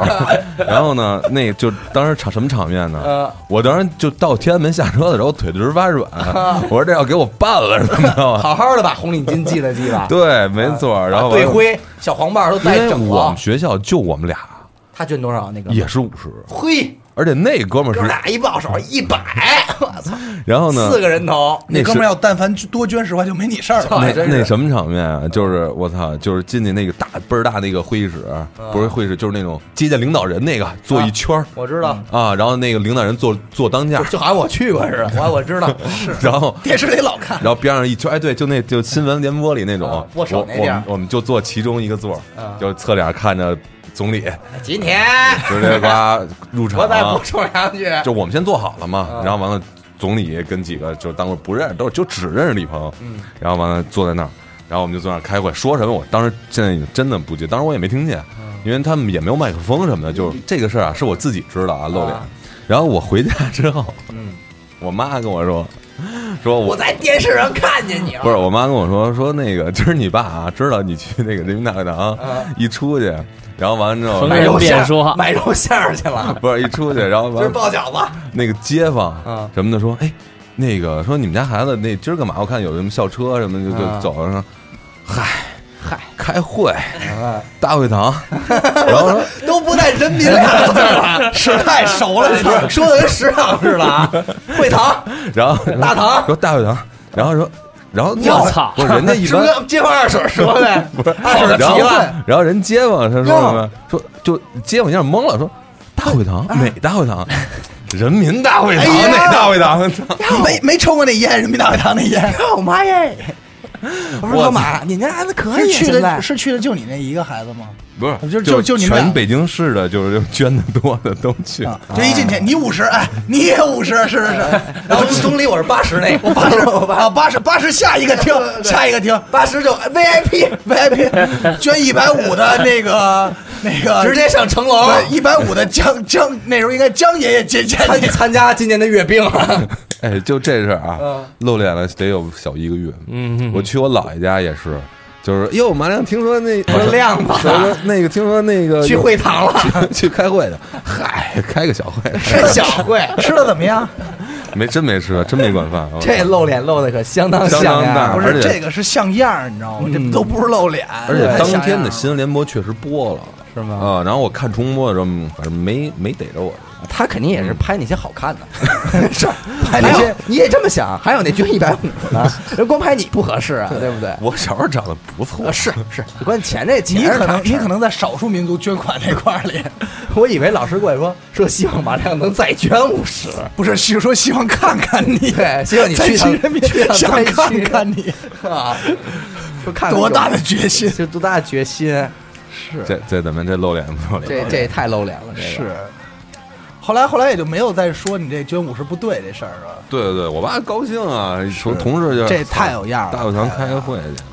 然后呢，那就当时场什么场面呢嗯？我当时就到天安门下车的时候，腿直 发软，我说这要给我办了，是怎么着啊？啊好好的把红领巾系了系 吧，对，没错。然后把队徽、小黄帽都因带为整我了们。学校就我们俩，他捐多少那个？也是五十，嘿，而且那哥们哥儿俩一抱手一百，嗯我操，是，然后呢四，个人头。哎那那哥们儿是要但凡多捐十块就没你事儿了。那真是那什么场面啊？就是我操，就是进去那个大倍儿大那个会议室，不是会议室，就是那种接见领导人那个，坐一圈儿我知道，啊，然后那个领导人坐坐 当间儿，就好像我去过似的，我我知道嗯是然后电视里老看，然后边上一圈，哎，对，就那就新闻联播里那种啊，我握手我那地儿们我们就坐其中一个座啊，就侧脸看着总理，今天直接呱入我再场啊补，充两句， 就我们先做好了嘛啊，然后完了，总理跟几个就当时不认识，都是就只认识李鹏，嗯然后完了坐在那儿，然后我们就坐那儿开会，说什么我当时现在真的不记，得，当时我也没听啊见，因为他们也没有麦克风什么的，就是这个事儿啊，是我自己知道啊，露脸啊。嗯然后我回家之后，我妈跟我说，说我我在电视上看见你了。不是，我妈跟我说说那个今儿你爸啊，知道你去那个人民大会堂嗯一出去，然后完了之后冯买肉馅别儿说买肉馅儿去了，不是一出去，然后今完儿了包饺子。那个街坊嗯什么的说，哎，那个说你们家孩子那今儿干嘛？我看有什么校车什么的就就嗯走了，说嗨嗨开会嗯大会堂，然后说都不带“人民” 俩字儿了，是太熟了，不是说的跟食堂似的 啊。会堂，然后大堂说大会堂，然后说然后我操 不是人家一是不般是跟街坊二婶说的？不是二婶然急后了，然后人街坊他说什么？说就街坊一下懵了，说大会堂哪大会堂？人民大会堂哎呀哪大会堂？没没抽过那烟，人民大会堂那烟。我妈耶！我我说老马，你家孩子可是以啊去现的在是去的就你那一个孩子吗？不是，就就就就你们俩全北京市的，就是捐的多的都去。啊，就一进去你五十，哎，你也五十，是是是。 然后总理我是八十那个，我八十，啊，八十，八十，下一个厅，下一个厅八十就 VIP， ，VIP，捐一百五的那 个那个，直接上城楼。对一百五的江江，那时候应该江爷爷接见参 你，参加今年的阅兵啊 了，哎，就这事儿啊嗯，露脸了得有小一个月。嗯，我去我姥爷家也是，就是哟，马亮听说那说亮子 说那个听说那个去会堂了， 去开会的，嗨，开个小会，吃小会，吃的怎么样？没真没吃，真没管饭。 这露脸露的可相当像相当大呀！不而是且这个是像样儿，你知道吗？这嗯都不是露脸，而且太像当天样儿的了新闻联播确实播了，是吗啊，然后我看重播的时候，嗯反正没没逮着我。他肯定也是拍那些好看的，是拍嗯那那些些你也这么想？还有那捐一百五的， 人光拍你不合适啊，对不对？我小时候长得不错啊，，是是，关键钱这钱你是可大能你事儿可能在少数民族捐款那块儿里， 我以为老师过来说说希望马亮能再捐五 十，不是是说希望看看你，对，希望你再去去趟人民去趟想灾区看 看你啊，说看看多大有的决心。这多大的决 心，是这这咱们这露脸不露这脸？这也太露脸了，这个是，后来后来也就没有再说你这捐五十不对这事儿了。对对对，我爸高兴啊，同同事就这太有样儿了大会堂开个会去，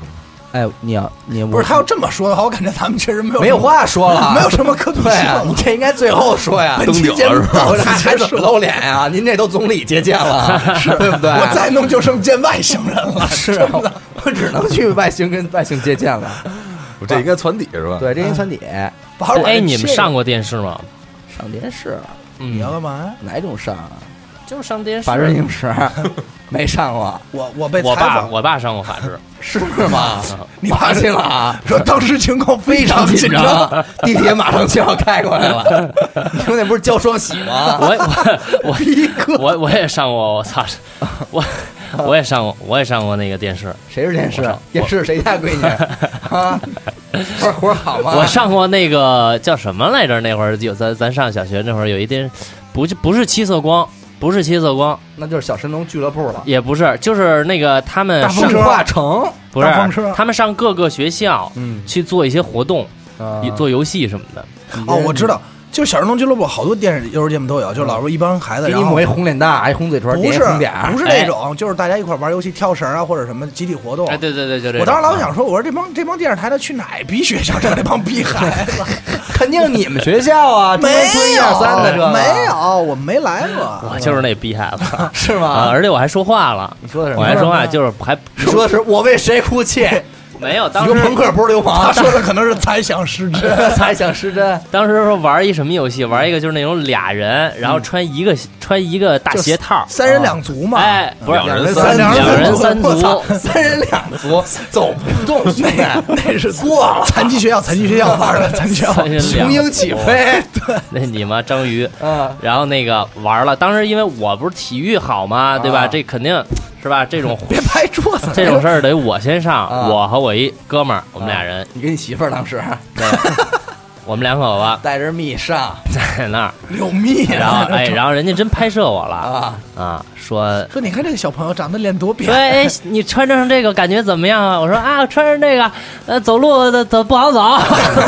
哎，你要你不是他要这么说的话，我感觉咱们确实没有没有话说了， 没有什么可比对性啊，你了。这应该最后说呀。登顶了是吧？我这还还怎么露脸呀？您这都总理接见了， 对不对？啊我再弄就剩见外星人 了，是真啊的。我只能去外星跟外星接见 了。我这应该传底是吧？对，这一团体把我哎，你们上过电视吗？上电视你嗯要，干嘛呀？哪种上啊？就是上电视。法制进行时没上过，我我被采我爸访，我爸上过法制，是 吗？你发爸现了啊？说当时情况非非常常紧紧张，张，地铁马上就要开过来 了。你们那不是交双喜吗？我我我逼哥，我我也上过，我操，我我也上过，我也上过那个电视。 谁是电我视上？ 电视谁家闺女？啊，活活好吗？我上过那个叫什么来着？那会儿有咱咱上小学那会儿有一电，不不是七色光，不是七色光，那就是小神农俱乐部了。也不是，就是那个他们大风上车圣化城，不是大风车他们上各个学校嗯，去做一些活动，啊做游戏什么的。哦，我知道，就是小神龙俱乐部好多电视幼儿节目都有，就是老是一帮孩子，给然你后抹一红脸蛋儿，一红嘴唇儿，不点一是红点儿不是那种，就是大家一块玩游戏、跳绳啊，或者什么集体活动。哎，对对对，就这种。我当时老想说，我说这帮这帮电视台的去哪儿逼学校整这帮逼孩子？肯定你们学校啊，中 没关村一二三的这有，个没有，我没来过。我啊就是那逼孩子是啊，吗？而且我还说话了，你说的什我么还？说话就是还你说的是我为谁哭泣？没有你当说朋时。克不是流他氓，说的可能是猜想失真， 猜想失真，当时说玩一什么游戏，玩一个就是那种俩人，然后穿一个穿一个大鞋套，三人两足嘛。哎，不是两人三两人足三我操足，三人两足走不动，兄弟， 那是 过了，残疾学校，残疾学校玩的残疾学校。三人雄两，鹰起飞， 那你妈 章鱼，嗯，然后那个玩了，当时因为我不是体育好嘛，对吧？啊这肯定是吧？这种 别拍桌子，这种事儿得我先上，啊我和我一哥们儿，我们俩人，你跟你媳妇儿当时啊我们两 口子带着蜜上在那儿，柳密。然后哎，然后人家真拍摄我 了啊，啊，说说你看这个小朋友长得脸多对，扁，哎，你穿上这个感觉怎么样啊？我说啊，穿上这个，呃，走路的走不好走。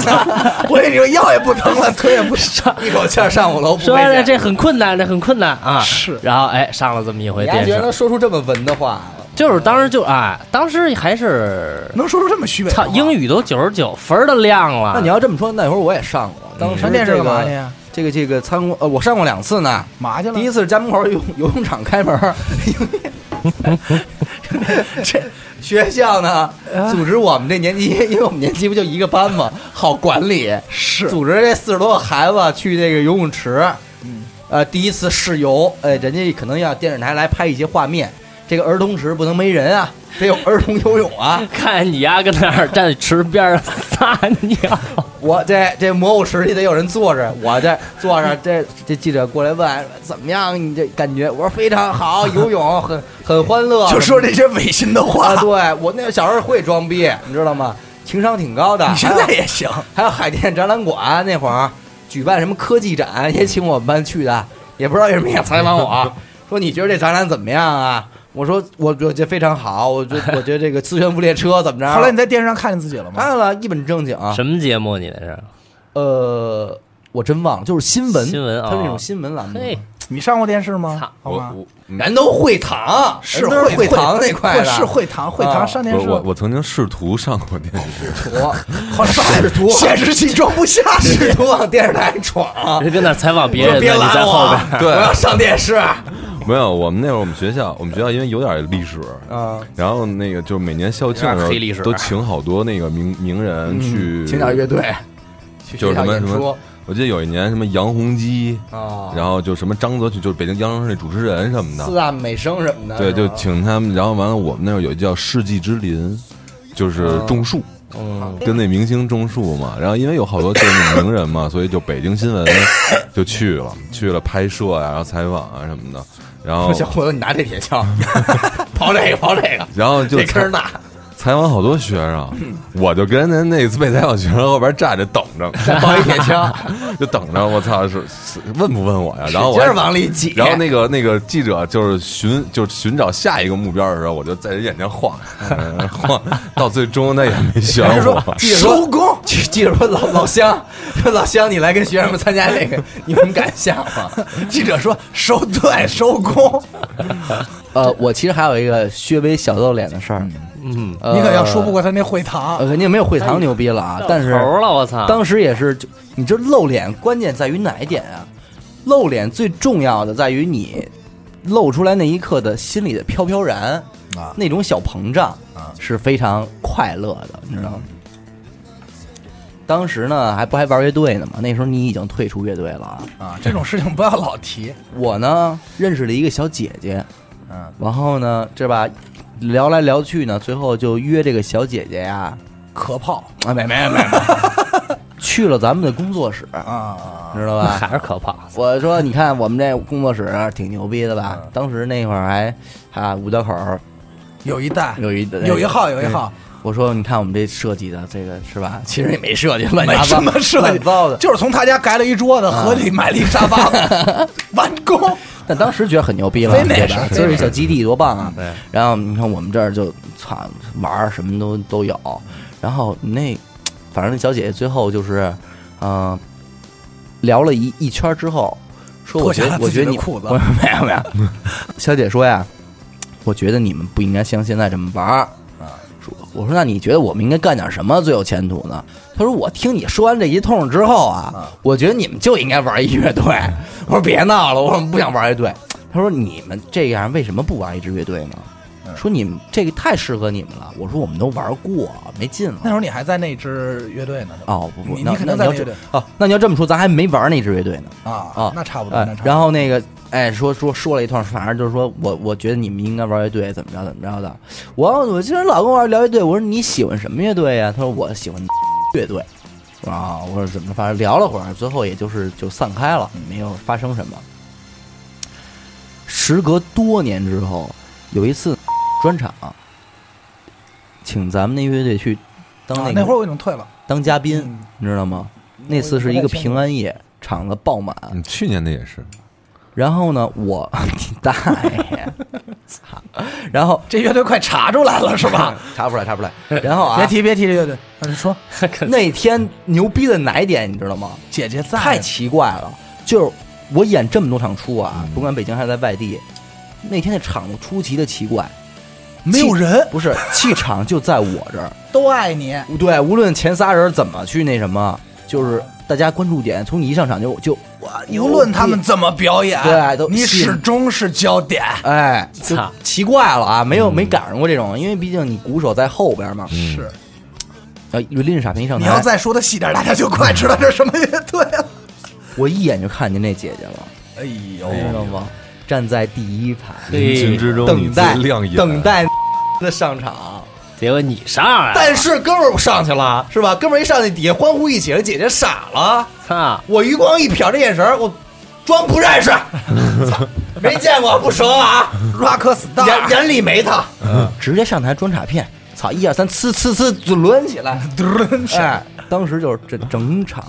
我跟你说腰也不疼了，腿也不一口气儿上五楼，不说费的劲这很困难，这很困难啊。是然后哎，上了这么一回你还电觉得能视，说出这么文的话？就是当时就哎，当时还是能说出这么虚伪的操话。英语都九十九分儿都亮了。那你要这么说，那会儿我也嗯上过，当时上电视这干嘛去个呀？这个这个参观，呃，我上过两次呢。嘛去了？第一次是家门口游泳游泳场开门 儿，这学校呢组织我们这年 级，因为我们年级不就一个班嘛，好管理，是组织这四十多个孩子去这个游泳池，嗯，呃，第一次试游，呃，人家可能要电视台来拍一些画面，这个儿童池不能没人啊，得有儿童游泳啊，看你丫跟那儿站池边儿撒尿，我这这魔术池里得有人坐着，我这坐 着，这这记者过来问怎么样，你这感觉？我说非常好，游泳很很欢乐， 就说这些违心的话啊，。对我那小时候会装逼，你知道吗？情商挺高的。你现还有在也行，还有海淀展览馆那会儿举办什么科技展，也请我们班去的，也不知道为什么也采访 我，说你觉得这展览怎么样啊？我说我我觉得非常好，我觉得我觉得这个资源部列车怎么着？后来你在电视上看见自己了吗？看了一本正经，啊什么节目你那是？呃，我真忘了，就是新闻，新闻啊它是那种新闻栏目，嘿，你上过电视吗操？好我吗？我人都会堂，是人都会会堂那块会的，是会堂，会啊堂上电我视。我我曾经试图上过电 视，我后来试图显示器装不下去，试图往电视台闯，人跟那儿采访别说人呢，别你在拦后我边。，对 我要上电视，没有。我们那会儿我们学校，我们学校因为有点历史，啊，然后那个就是每年校庆的有点黑历时史候都请好多那个名名人去，嗯请点乐队，去就是学校什么演什么出我记得有一年什么杨洪基，啊，然后就什么张泽群，就是北京央视那主持人什么的，四大美声什么的，对，是就吧请他们，然后完了，我们那儿有一叫世纪之林，就是种树，嗯，跟那明星种树嘛。然后因为有好多就是名 人嘛，所以就北京新闻 就去了，去了拍摄呀、然后采访啊什么的。然 后小伙子，你拿这铁 锹刨这个，刨这个，然后就这坑采儿大，嗯采访好多学生，我就跟人那次被采访学生后边站着等着，刨一铁锹，就等着。我操，是是问不问我呀？然后我使还劲儿往里挤，然后那个那个记者就是寻就是寻找下一个目标的时候，我就在人眼前晃、嗯晃，到最终那也 没选人家我说。记者说收工， 记记者说老老乡，说老乡，你来跟学生们参加这个，你们敢下吗？记者说收队收工，呃，我其实还有一个略微小露脸的事儿，嗯，呃你可要说不过他那会堂呃，。肯定没有会堂牛逼了啊，但是到头了，我操！当时也是，就你这露脸关键在于哪一点啊？露脸最重要的在于你露出来那一刻的心里的飘飘然啊那种小膨胀啊是非常快乐的，你知道吗？嗯当时呢，还不还玩乐队呢嘛？那时候你已经退出乐队了啊。啊，这种事情不要老提。我呢认识了一个小姐姐，嗯，然后呢，这吧聊来聊去呢，最后就约这个小姐姐呀，可炮啊，没没没，去了咱们的工作室，啊，知道吧？还是可怕。我说，你看我们这工作室挺牛逼的吧？嗯当时那会儿还啊，五道口儿 有一代，有一嗯有一号，有一号。我说你看我们这设计的这个是吧？其实也没设计，乱七八什糟，么设计乱七八糟的。就是从他家改了一桌子，合理买了一沙 发，完工。但当时觉得很牛逼了，非美嗯对是吧？非就是小基地多棒啊！对然后你看我们这儿就操玩儿什么都都有，然后那反正那小姐姐最后就是嗯、呃聊了一一圈之后，说我脱下觉得了我自觉得己的你裤子我说没有没有， 小姐说呀，我觉得你们不应该像现在这么玩儿。嗯说我说那你觉得我们应该干点什么最有前途呢？他说我听你说完这一通之后啊，我觉得你们就应该玩一乐队。嗯我说别闹了，我说我们不想玩乐队。他说你们这样为什么不玩一支乐队呢？嗯说你们这个太适合你们了。我说我们都玩过，没劲了那。时候你还在那支乐队呢，是吧哦不不，你那你可那你能在要那这乐队哦，那你要这么说，咱还没玩那支乐队呢。啊啊那差不多，哎那差不多。然后那个，哎，说说说了一通，反正就是说我我觉得你们应该玩乐队，怎么着怎么着的。我我经常老跟我玩聊乐队，我说你喜欢什么乐队啊呀、他说我喜欢乐队。啊，我说怎么着，反正聊了会儿，最后也就是就散开了，没有发生什么。时隔多年之后，有一次专场，请咱们那乐队去当啊那个、那会儿我已经退了，当嘉宾，嗯你知道吗？那次是一个平安夜，场子爆满。嗯，去年的也是，然后呢，我 你大爷，操！然 后这乐队快查出来了是 吧？ 查不出来，查不出 来。然后啊，啊 别提别提这乐队，啊你说那天牛逼的哪一点你知道吗？姐姐在，太奇怪了，就是我演这么多场出啊，嗯不管北京还是在外地，那天那场子出奇的奇怪，没有人不是气 场就在我 这儿。都爱你，对，无论前仨人怎么去那什么，就是大家关注点从你一上场就就哇，牛无论他们逼怎么表演，对都你吸引始终是焦点。哎，就操奇怪了啊，没嗯有没赶上过这种，因为毕竟你鼓手在后边嘛，是，呃，拎着傻瓶一上嗯你要台，再说的细点，大家就快知道这是什么乐队了。我一眼就看见那姐姐了，哎呦，知道吗？站在第一排，人群之中你等最待亮眼，等待的上场。结果你上来了，但是哥们儿上去了，是吧？哥们儿一上去，底下欢呼一起，姐姐傻了。操，我余光一瞟，这眼神儿，我装不认 识，操没见过，不熟啊， rock star，眼里没他，直接上台装卡片，操，一二三，呲呲呲，就抡起来。哎，当时就是这整场，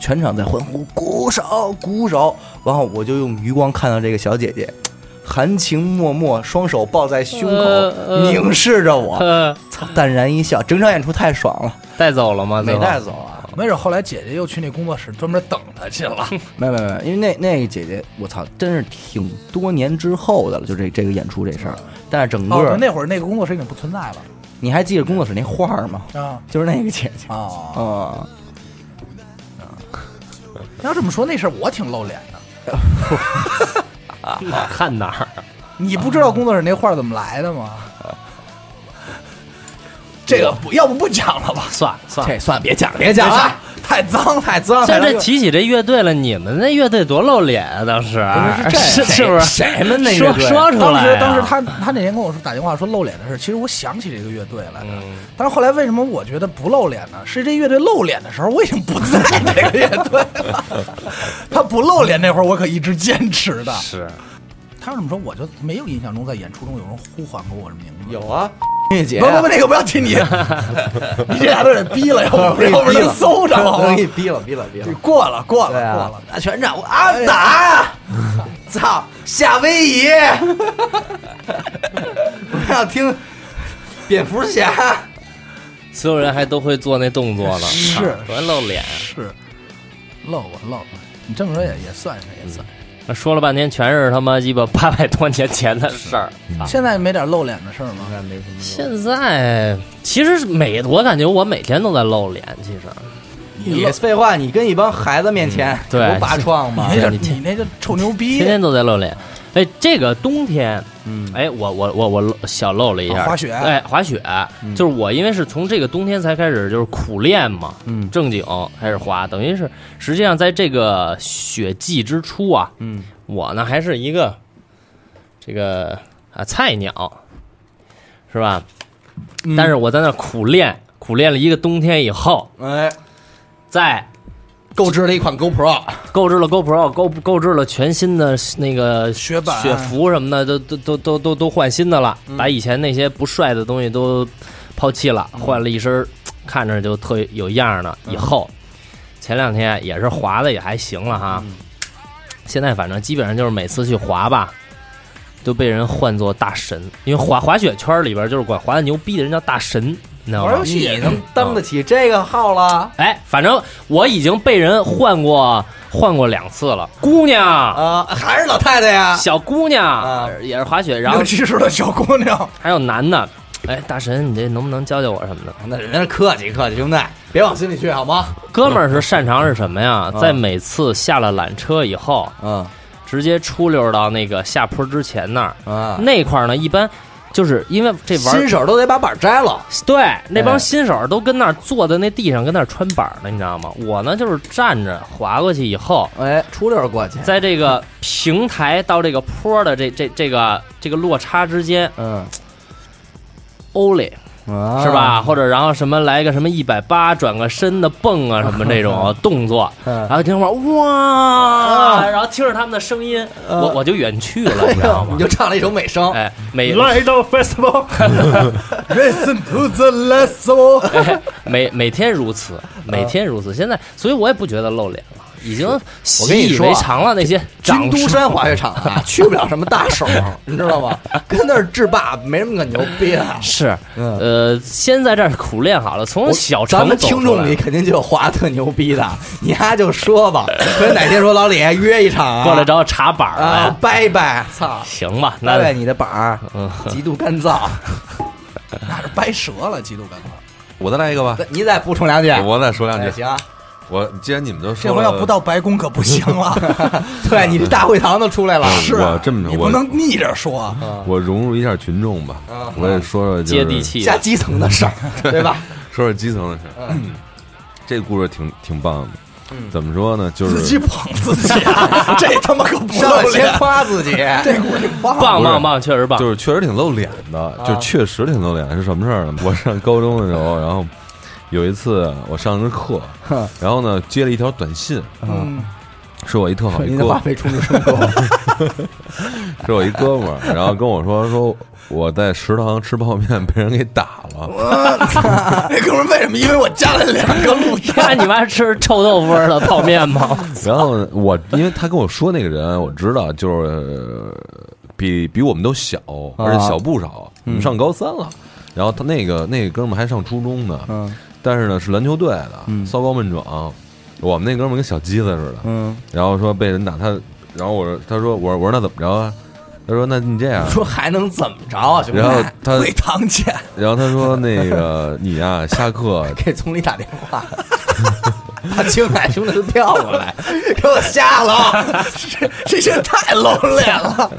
全场在欢呼，鼓手，鼓手。然后我就用余光看到这个小姐姐，含情脉脉，双手抱在胸呃口，呃凝视着我，呃操，淡然一笑。整场演出太爽了，带走了吗？没带走，走啊，没准后来姐姐又去那工作室专门等他去了。没有没有没有，因为那那个姐姐，我操，真是挺多年之后的了，就这这个演出这事儿。但是整个、哦，那会儿那个工作室已经不存在了你还记得工作室那画儿吗？啊就是那个姐姐啊！哦啊，要这么说，那事儿我挺露脸的。看哪 儿？你不知道工作室那画怎么来的吗？这个不要不不讲了吧，算了算了。这算了别讲了别讲了，太脏了，太脏了。像这提起这乐队了，你们那乐队多露脸啊！当时不是是是这是不是谁们那乐说队说出来当啊？时当时他他那天跟我说打电话说露脸的事，其实我想起这个乐队来着。但是后来为什么我觉得不露脸呢？是这乐队露脸的时候我已经不在这个乐队了。他不露脸那会儿我可一直坚持的。是他要这么说，我就没有印象中在演出中有人呼唤过我的名字。有啊，月姐不不不，那个不要提你， 你这俩都得逼了，要不要不然能搜着。啊好吗 我给你逼了，逼了，逼了这。过了过了对过啊了，，打全场，我安打啊呀！操，夏威夷！我要听蝙蝠侠。所有人还都会做那动作呢，是多露脸。是漏吧漏吧，你这么说也也算是也算是。那说了半天全是他妈鸡巴八百多年前的事儿。啊现在没点露脸的事儿吗？现在其实每我感觉我每天都在露脸，其实你废话，你跟一帮孩子面前对不拔创吗你？那你叫听你那叫臭牛逼天！天都在露脸。哎，这个冬天，嗯，哎，我我我我露小露了一下、啊滑雪哎，滑雪，就是我因为是从这个冬天才开始就是苦练嘛，嗯，正经开始滑，等于是实际上在这个雪季之初啊，嗯，我呢还是一个这个啊菜鸟，是吧？但是我在那儿苦练，苦练了一个冬天以后，哎，在购置了一款 GoPro，购置了 GoPro，购购置了全新的那个雪板嗯雪服什么的，都都都都都都换新的了，把以前那些不帅的东西都抛弃嗯了，换了一身儿看着就特有样儿的。以后前两天也是滑的也还行了哈，嗯现在反正基本上就是每次去滑吧，都被人唤作大神，因为滑滑雪圈里边就是管滑的牛逼的人叫大神，你知道玩吗嗯游？戏你能当得起这个号了哎，反正我已经被人换过换过两次了，姑娘。啊？还是老太太呀？小姑娘、啊也是滑雪，然后六七十的小姑娘，还有男的，哎，大神，你这能不能教教我什么的？那人家客气客气，兄弟，别往心里去好吗？哥们儿是擅长是什么呀？在每次下了缆车以后，嗯直接出溜到那个下坡之前那儿啊，那块儿呢，一般就是因为这玩新手都得把板摘了。对那帮哎新手都跟那儿坐在那地上跟那儿穿板儿呢，你知道吗？我呢就是站着滑过去以后，哎，出溜过去。在这个平台到这个坡的这这这个这个落差之间，嗯，欧嘞。啊是？吧？或者然后什么来个什么一百八转个身的蹦啊什么这种动作，嗯然后听会儿哇，啊然后听着他们的声音，我我就远去了，你知道吗 你？就唱了一首美 声，哎，每到 festival，listen to the last o n 每每天如此，每天如此。现在，所以我也不觉得露脸了，已经跟你习以说啊为常了。那些京掌都声山滑雪场 啊，去不了什么大手，你知道吗？跟那儿制霸没什么可牛逼的。是，嗯呃，先在这儿苦练好了，从小咱城们走听出来众里肯定就有滑得特牛逼的， 你丫就说吧，可是哪天说老李约一场啊，过来找哎茶板儿啊来，，掰掰，操，行吧？掰那掰你的板儿，嗯极度干燥。 那是掰折了，基督干了。我再来一个吧，你再补充两句，我再说两哎句。行啊，我既然你们都说这回要了不到白宫可不行了。对你这大会堂都出来了，哎是啊呃我这么着你我不能逆着说啊。我融入一下群众吧，我也说说、就是、接地，气下基层的事 儿，对吧？ 说说基层的事儿。 这故事挺挺棒的，怎么说呢？就自己是捧自己啊，这他妈可不 上来露先脸。夸自 己，这股挺棒，棒不是棒棒，确实棒。就是确实挺露脸的，就确实挺露脸的。是什么事儿呢？ 我上高中的时候，然后有一次我上着课，然后呢接了一条短信，嗯，是我一特好一你的哥话们费充值升高，儿，是我一哥们儿，然后跟我说说我在食堂吃泡面被人给打了，那哥们儿为什么？因为我加了两个录音，看你妈吃臭豆腐味儿的泡面吗？然后呢我因为他跟我说那个人，我知道就是呃比比我们都小，啊而且小不少，嗯我们上高三了。然后他那个那个哥们儿还上初中呢，嗯但是呢是篮球队的，骚高闷壮。我们那哥们儿跟小鸡子似的，嗯，然后说被人打他，然后我说他说我说我说那怎么着啊？他说那你这样，说还能怎么着啊，兄弟然？后 他跪堂前，然后他说那个你呀、下课给总理打电话， 把青海兄弟都调过 来，给我瞎了，这 这些太露脸了。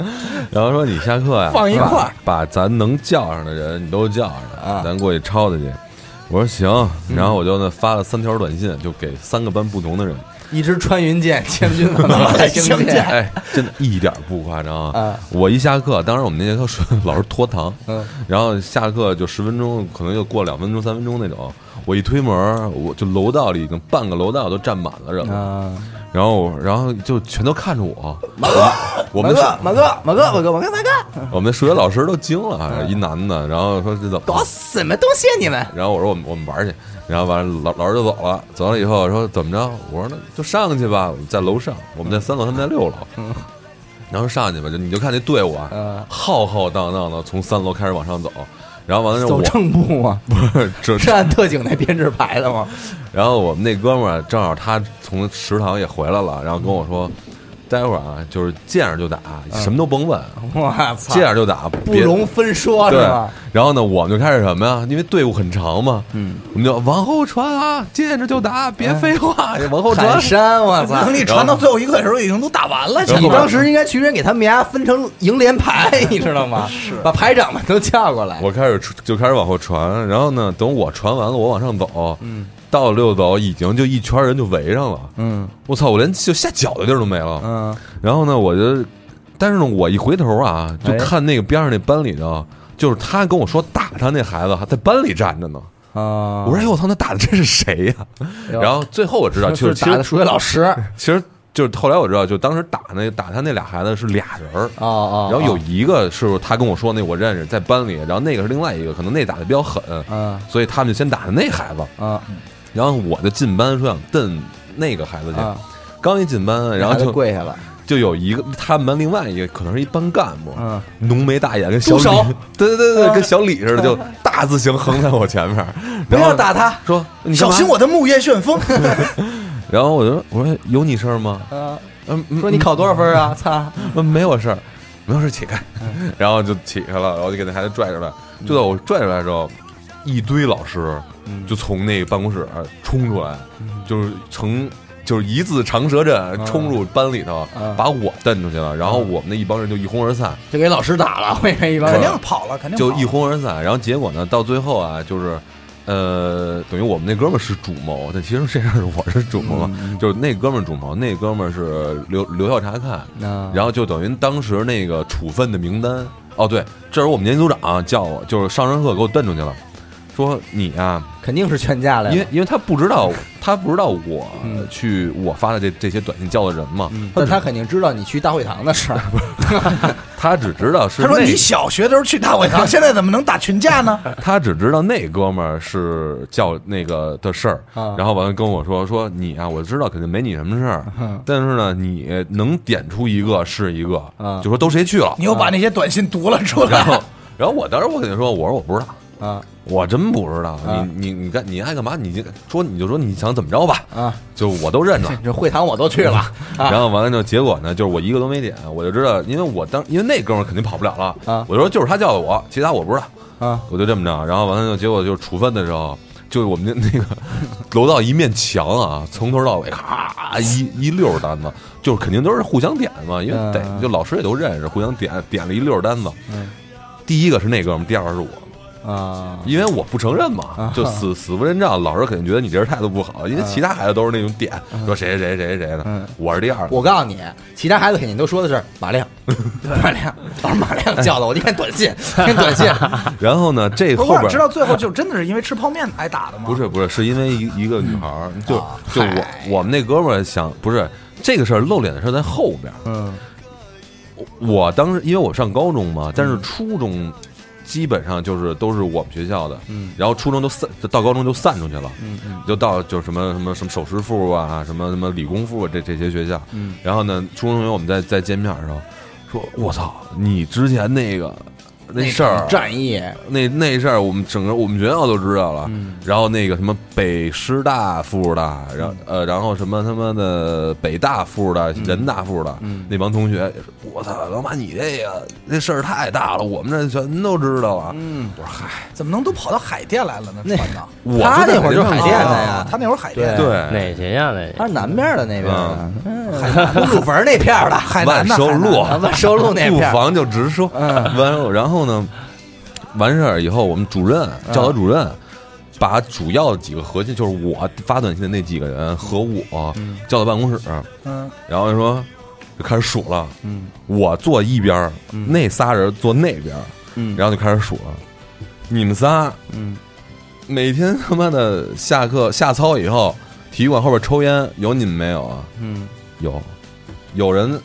然后说你下课呀、放一块儿把把咱能叫上的人你都叫上了，啊咱过去抄他去。我说行，嗯然后我就那发了三条短信，就给三个班不同的人。 一支穿云箭，千军万马来相相见见。哎，真的一点不夸张啊！我一下课，当时我们那节课是老师拖堂嗯，然后下课就十分钟，可能就过两分钟、三分钟那种。我一推门，我就楼道里已经半个楼道都站满了人了，啊，然后我然后就全都看着我。我马们哥，马哥，马哥，马哥，马哥，马哥，我们那数学老师都惊了，一男的，然后说这怎么搞什么东西啊你们？然后我说我们我们玩去，然后完了老老师就走了，走了以后说怎么着？我说那就上去吧，我们在楼上，我们在三楼，他们在六楼，然后上去吧，就你就看那队伍啊嗯，浩浩荡荡的从三楼开始往上走，然后完了走我正步吗？不是 这是按特警那编制排的吗？然后我们那哥们儿正好他从食堂也回来了，然后跟我说，待会儿啊就是见着就打，什么都甭问，嗯我操见，着就打，不别容分说 是对吧？，然后呢，我们就开始什么呀？因为队伍很长嘛，嗯，我们就往后传啊，见着就打，别废哎话，往后传砍。山，我操！等你传到最后一个的时候，已经都打完了，然后你当时应该去人给他们家分成营连排， 你知道吗？是，把排长们都叫过来。我开始出就开始往后传，然后呢，等我传完了，我往上走，嗯，到六楼已经就一圈人就围上了，嗯我操，我连就下脚的地儿都没了。嗯，然后呢，我就，但是呢，我一回头啊，就哎看那个边上那班里头，就是他跟我说打他那孩子还在班里站着呢。啊我说哎呦我操，那打的这是谁呀、哎呦 然后最后我知道，就是是其打实的数学老师，其实就是后来我知道，就当时打那打他那俩孩子是俩人儿，哦哦，然后有一个是他跟我说那我认识在班里，然后那个是另外一个，可能那打的比较狠，嗯所以他们就先打的那孩子，嗯然后我就进班说想瞪那个孩子去，嗯，刚一进班，然后孩子就跪下了，就有一个他们班另外一个可能是一班干部，嗯浓眉大眼跟小住手啊李，对对对对，跟小李似的，就大字形横在我前面，不然后要打他，说你干小嘛心我的木叶旋风。然后我就说我说有你事儿吗？嗯，嗯，嗯说你考多少分啊？擦，嗯，没我事儿，没有事儿，起开。嗯然后就起开了，然后就给那孩子拽出来。就在我拽出来的时候，一堆老师嗯就从那个办公室哎冲出来，就是成就是一字长蛇阵冲入班里头啊嗯，把我蹬出去了。然后我们那一帮人就一哄而散，就给老师打了，我以为一般肯人定跑了，肯定就跑一了哄而散。然后结果呢，到最后啊，就是。呃，等于我们那哥们儿是主谋，但其实这事儿我是主谋嘛，嗯就是那哥们儿主谋，那哥们儿是留留校察看，嗯然后就等于当时那个处分的名单，哦对，这是我们年级组长啊叫我，就是上上课给我蹬出去了，说你啊，肯定是劝架来了，因为因为他不知道他不知道我嗯去我发的这这些短信叫的人嘛，嗯他但他只肯定知道你去大会堂的事儿， 他只知道是他说那你小学的时候去大会堂，现在怎么能打群架呢？他只知道那哥们儿是叫那个的事儿啊，然后完了跟我说说你啊，我知道肯定没你什么事儿，嗯但是呢，你能点出一个是一个啊，就说都谁去了你，又把那些短信读了出然来，后然后我当时我肯定说，我说我不知道。啊我真不知道，啊你你你干你爱干嘛？你就说你就说你想怎么着吧，啊，就我 都认了这。这会堂我都去了，啊然后完了就结果呢，就是我一个都没点，我就知道，因为我当因为那哥们儿肯定跑不了了，啊我就说就是他叫的我，其他我不知道，啊我就这么着。然后完了就结果就是处分的时候，就是我们那那个楼道一面墙啊，从头到尾咔一一溜儿单子，就是肯定都是互相点的嘛，因为得啊就老师也都认识，互相点点了一溜儿单子嗯。第一个是那哥们儿，第二个是我。啊，因为我不承认嘛啊，就死死不认账，老师肯定觉得你这人态度不好，因为其他孩子都是那种点，说谁谁谁谁谁啊的嗯，我是第二个。我告诉你，其他孩子肯定都说的是马亮，马亮，老师马亮叫的，我一看短 信，看短信，然后呢，这不是后我边想知道最后就真的是因为吃泡面挨打的吗？不，是不是，是因为一一个女孩儿，就啊就我嗨我们那哥们儿想，不是这个事儿露脸的事儿在后边儿。嗯我当时因为我上高中嘛，但是初中基本上就是都是我们学校的，嗯然后初中都散，到高中就散出去了，嗯嗯就到就是什么什么什么首师附啊，什么什么理工附啊这这些学校，嗯然后呢，初中同学我们在在见面的时候说：“我操，你之前那个那事儿，啊战役，那那事儿，我们整个我们学校都知道了。嗯然后那个什么北师大、附大，然后呃，然后什么他妈的北大、附大、人大、附大，嗯那帮同学也说，我操，老马你这个这事儿太大了，我们这全都知道了。嗯，我说嗨，怎么能都跑到海淀来了呢？那船长，我他就那会儿在就海那淀儿的哦呀，他那会儿海淀，对啊对 哪学校那他是南面的那边的， 海鲁坟那片儿的，海南万的寿海南路的，啊嗯万寿 路那不片儿，妨就直说。嗯完了，然后呢，完事儿以后，我们主任嗯教导主任。把主要的几个核心，就是我发短信的那几个人和我叫到办公室，嗯，然后就说就开始数了。嗯我坐一边儿，那仨人坐那边儿，嗯然后就开始数了。你们仨嗯每天他妈的下课下操以后，体育馆后边抽烟，有你们没有啊？嗯有，有人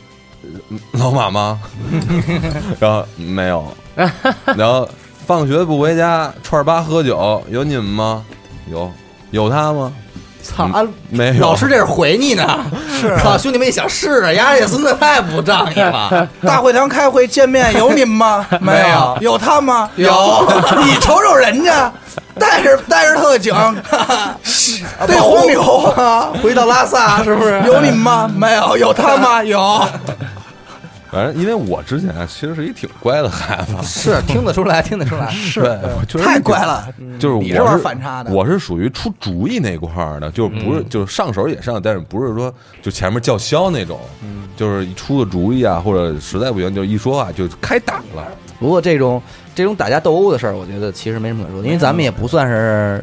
呃老 马吗？然后没有，然后放学不回家串儿吧喝酒，有你们吗？有，有他吗？嗯操啊！没有。老师这是回你呢，是 啊操兄弟们一想是啊，丫这孙子太不仗义 了，大会堂开会见面有你们吗？ 没有有，有他吗？ 有 你瞅瞅人家，带着带着 特警，对红牛啊，回到拉萨是不是？有你们吗？没有，有 他吗？有。反正因为我之前啊其实是一挺乖的孩子，是听得出来，听得出来，是对，我确实太乖了，就是我你是玩反差的我是属于出主意那块儿的，就是不是、就是上手也上，但是不是说就前面叫嚣那种，就是一出个主意啊，或者实在不行就一说话就开打了。不过这种这种打架斗殴的事儿，我觉得其实没什么可说的，因为咱们也不算是，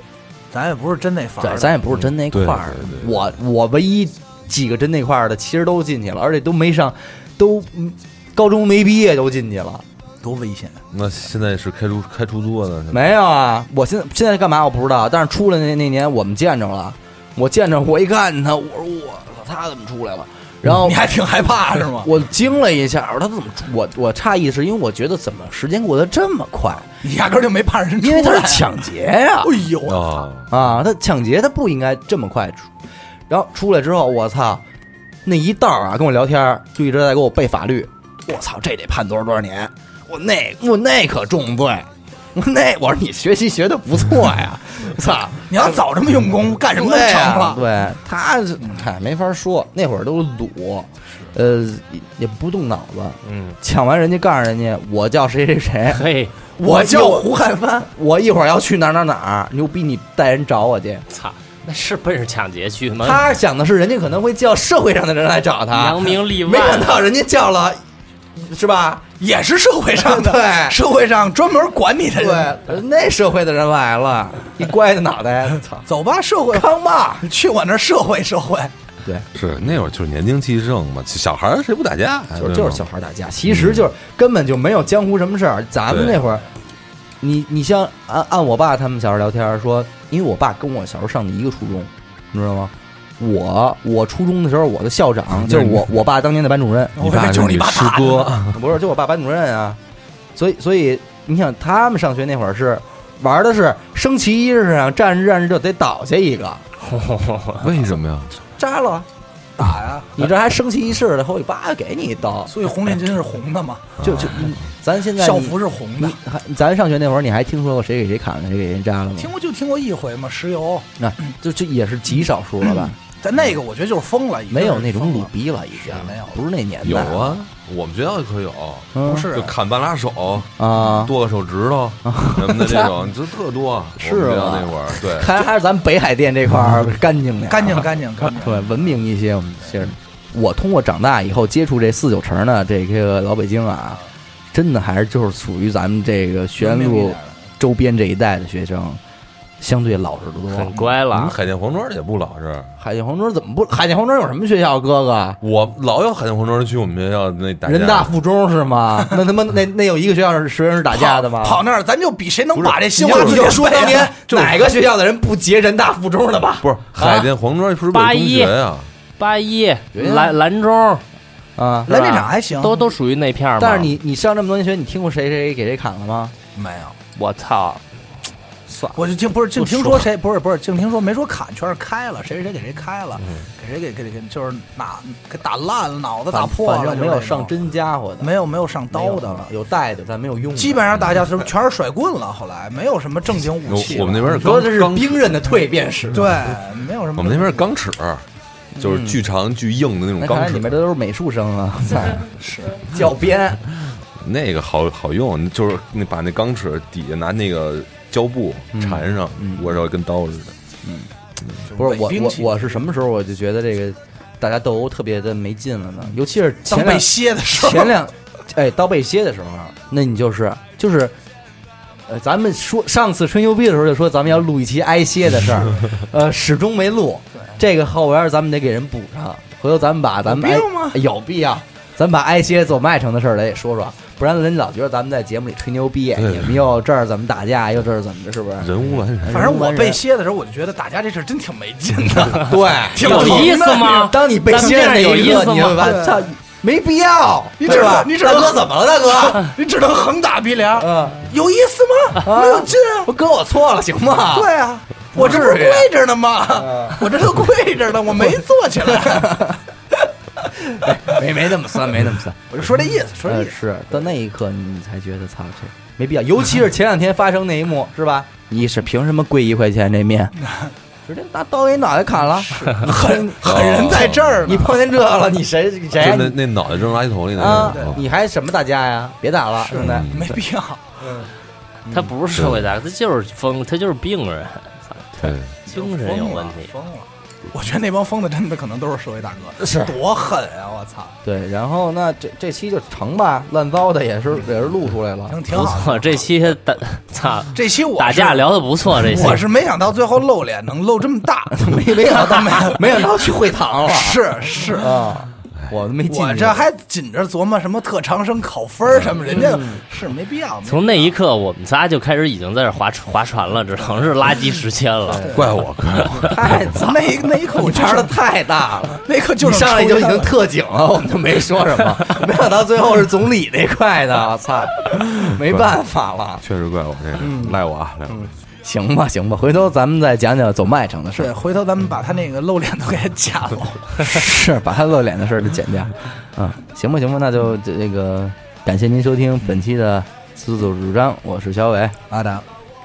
咱也不是真那啊范对，咱也不是真那块儿对对。对我我唯一几个真那块儿的，其实都进去了，而且都没上，都嗯高中没毕业都进去了。多危险！啊那现在是开出开出租了呢？没有啊，我现在现在干嘛我不知道，但是出来那那年我们见着了，我见着我一看他，我说我操，他怎么出来了？然后哦你还挺害怕是吗？我惊了一下，我说他怎么？我我诧异是因为我觉得怎么时间过得这么快？你压根儿就没盼人出因来，为他是抢劫 呀、哎呦，啊，啊，他抢劫他不应该这么快出，然后出来之后，我操，那一道儿啊跟我聊天儿，就一直在给我背法律，我操，这得判多少多少年，我那我那可重罪，我那我说你学习学的不错呀，我操，你要早这么用功，干什么都对成呀了。对他是，嗨，没法说，那会儿都鲁，呃，也也不动脑子，嗯，抢完人家告诉人家我叫谁谁谁，嘿，我叫叫胡汉帆，我一会儿要去哪儿哪儿哪儿，牛逼你带人找我去。操，那是奔着抢劫去吗？他想的是，人家可能会叫社会上的人来找他，哎扬名立万没想到人家叫了，是吧？也是社会上的，对社会上专门管你的哎人。对，那社会的人来了，一乖的脑袋，操，走吧，社会康吧。去我那儿社会社啊会，对，是那会儿就是年轻气盛嘛，小孩儿谁不打架啊呀？就是对就吗是小孩打架，其实就是根本就没有江湖什么事儿。咱们对那会儿，你你像按按我爸他们小时候聊天儿说，因为我爸跟我小时候上的一个初中，你知道吗？我我初中的时候，我的校长就是我我爸当年的班主任，你我爸这就是你爸师打的。哥， 不是，就我爸班主任啊。所以，所以你想，他们上学那会儿是玩的是升旗仪式上站着站着就得倒下一 个，为什么呀？扎了。打哎呀！你这还升旗仪式的，后尾巴给你一刀，所以红领巾是红的嘛，哎就就，嗯咱现在校你服是红的你。还咱上学那会儿，你还听说过谁给谁砍了，谁给谁扎了吗？听过就听过一回嘛，石油。那、就这也是极少数了吧？但那个我觉嗯得就是疯了，已经没有那种疯鲁了逼了，已经是没有了不是那年代。有，啊，我们学校可有，嗯、不是啊就砍半拉手，啊，剁个手指 头什么的这种，这特多。啊是啊我们学校吗那会儿，对，还还是咱北海淀这块儿嗯干净点儿，干净干净干净。对，文明一些。我们其实，我通过长大以后接触这四九城呢，这个老北京啊，真的还是就是属于咱们这个学院文明一路点的周边这一带的学生，相对老实的很多。乖我们了，海淀黄庄也不老实，海淀黄庄怎么不？海淀黄庄有什么学校？啊哥哥，我老有海淀黄庄去我们学校那打架人大附中是吗？那他妈那那有一个学校是学生是打架的吗？跑那儿咱就比谁能不是把这新你华就字你典就说当 年就是哪个学校的人不结人大附中的吧？不是海淀黄庄是不是有啊八中一学呀？八一、对啊兰兰中、啊！来那场还行，都都属于那片儿嘛。但是你你上这么多年学，你听过谁谁给谁砍了吗？没有。我操，我就听不是净不听说说谁不是不是净听说没说砍全是开了谁谁给谁开了嗯给谁给给给就是打给打烂了脑袋打反破反了正就没是那有种上真家伙的，没有没有上没有刀的了，有带的，但没有用的。基本上打架是全是甩棍了，后来没有什么正经武器了。我我们那边是你说钢这是钢，兵刃的蜕变史。，对没有什么，我们那边是钢尺，就是巨长巨硬的那种嗯那看钢来你尺们，这都是美术生啊， 是教鞭，那个好好用，就是你把那钢尺底下拿那个胶布嗯缠上，握着跟刀似的。不是我伪兵我器我是什么时候我就觉得这个大家斗殴特别的没劲了呢？尤其是前当被两歇的时候，前两，哎，到背歇的时候，那你就是就是，呃，咱们说上次吹牛逼的时候就说咱们要录一期挨歇的事儿，呃，始终没录，这个后边咱们得给人补上，回头咱们把咱们有挨必要吗有必要，咱把挨歇做麦城的事儿咱也说说，不然人老觉得咱们在节目里吹牛逼，对你们又这儿怎么打架，又这儿怎么着，是不是？人无完人，反正我人被歇的时候，我就觉得打架这事儿真挺没劲的。 对，挺有疼意的思吗？当你被咱们歇的这那样有一意刻思你就吗发现操，没必要，你对只吧？能你只大能哥怎么了，大哥？ 你只能横打鼻梁，嗯。有意思吗？没有劲啊！不哥，我错了，行吗？对啊，我这不是跪着呢嗯吗？我这都跪着呢，我没坐起 来。没没那么酸，没那么酸。我就说这意思，说这呃，意思。是到那一刻你才觉得，操，这没必要。尤 其是前两天发生那一幕，是吧？你是凭什么贵一块钱这 面？直接拿刀给你脑袋砍了，狠狠人在这儿嗯你呢，碰见这了，你谁谁就啊那那脑袋扔垃圾桶里你那啊个。？你还什么大家呀？别打了，兄弟。没必要。嗯他不是社会大，他就是疯，他就是病人，操对，精神有问题。疯了。我觉得那帮疯子真的可能都是社会大哥，是多狠啊！我操，对，然后那这这期就成吧，乱糟的也是也是录出来了。挺挺不好的。错，这期打 操这期我打架是，聊的不错，这期我是没想到最后露脸能露这么大， 没没想到，没想到去会堂了。 是是，啊，我都没进去。我这还紧着琢磨什么特长生考分儿什么，人家是没必要。没必要从那一刻，我们仨就开始已经在这划船划船了，只能是垃圾时间了。怪我，怪我，太从那一那一刻我就玩的是太大了。 那一刻就你是上来抽就已烟经了特警了， 我们就没说什 么。没想到最后是总理那块的，我操，没办法了。确实怪我，这嗯个赖我啊，赖我。行吧，行吧，回头咱们再讲讲走麦城的事对，儿，回头咱们把他那个露脸都给他剪了。 是把他露脸的事儿就剪掉。嗯，行吧，行吧，那就这这个感谢您收听本期的自作主张，我是小伟，阿达，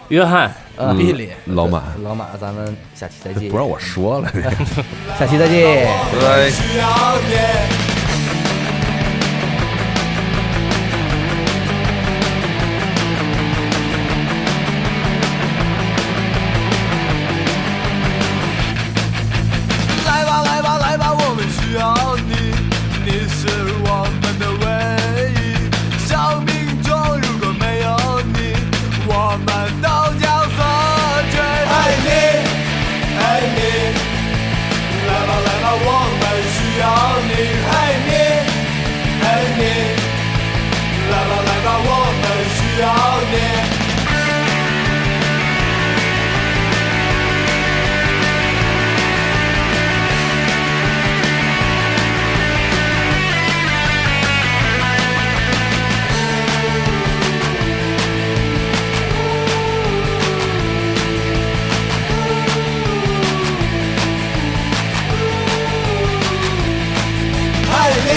约翰，嗯比利老马，老马，咱们下期再见不，让我说了，这个。下期再见。拜。来吧，来吧，来吧，我们需要你，你是我们的唯一。生命中如果没有你，我们都将死去。爱你，爱你，来吧，来吧，我们需要你。爱你，爱你，来吧，来吧，我们需要你。爱你，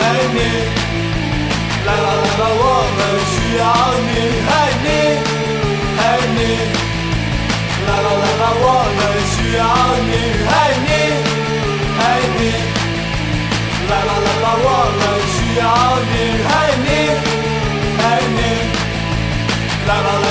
爱你，来吧来吧，我们需要你。爱你，爱你，来吧来吧，我们需要你。爱你，爱你，来吧来吧，我们需要你。爱你，爱你，来吧来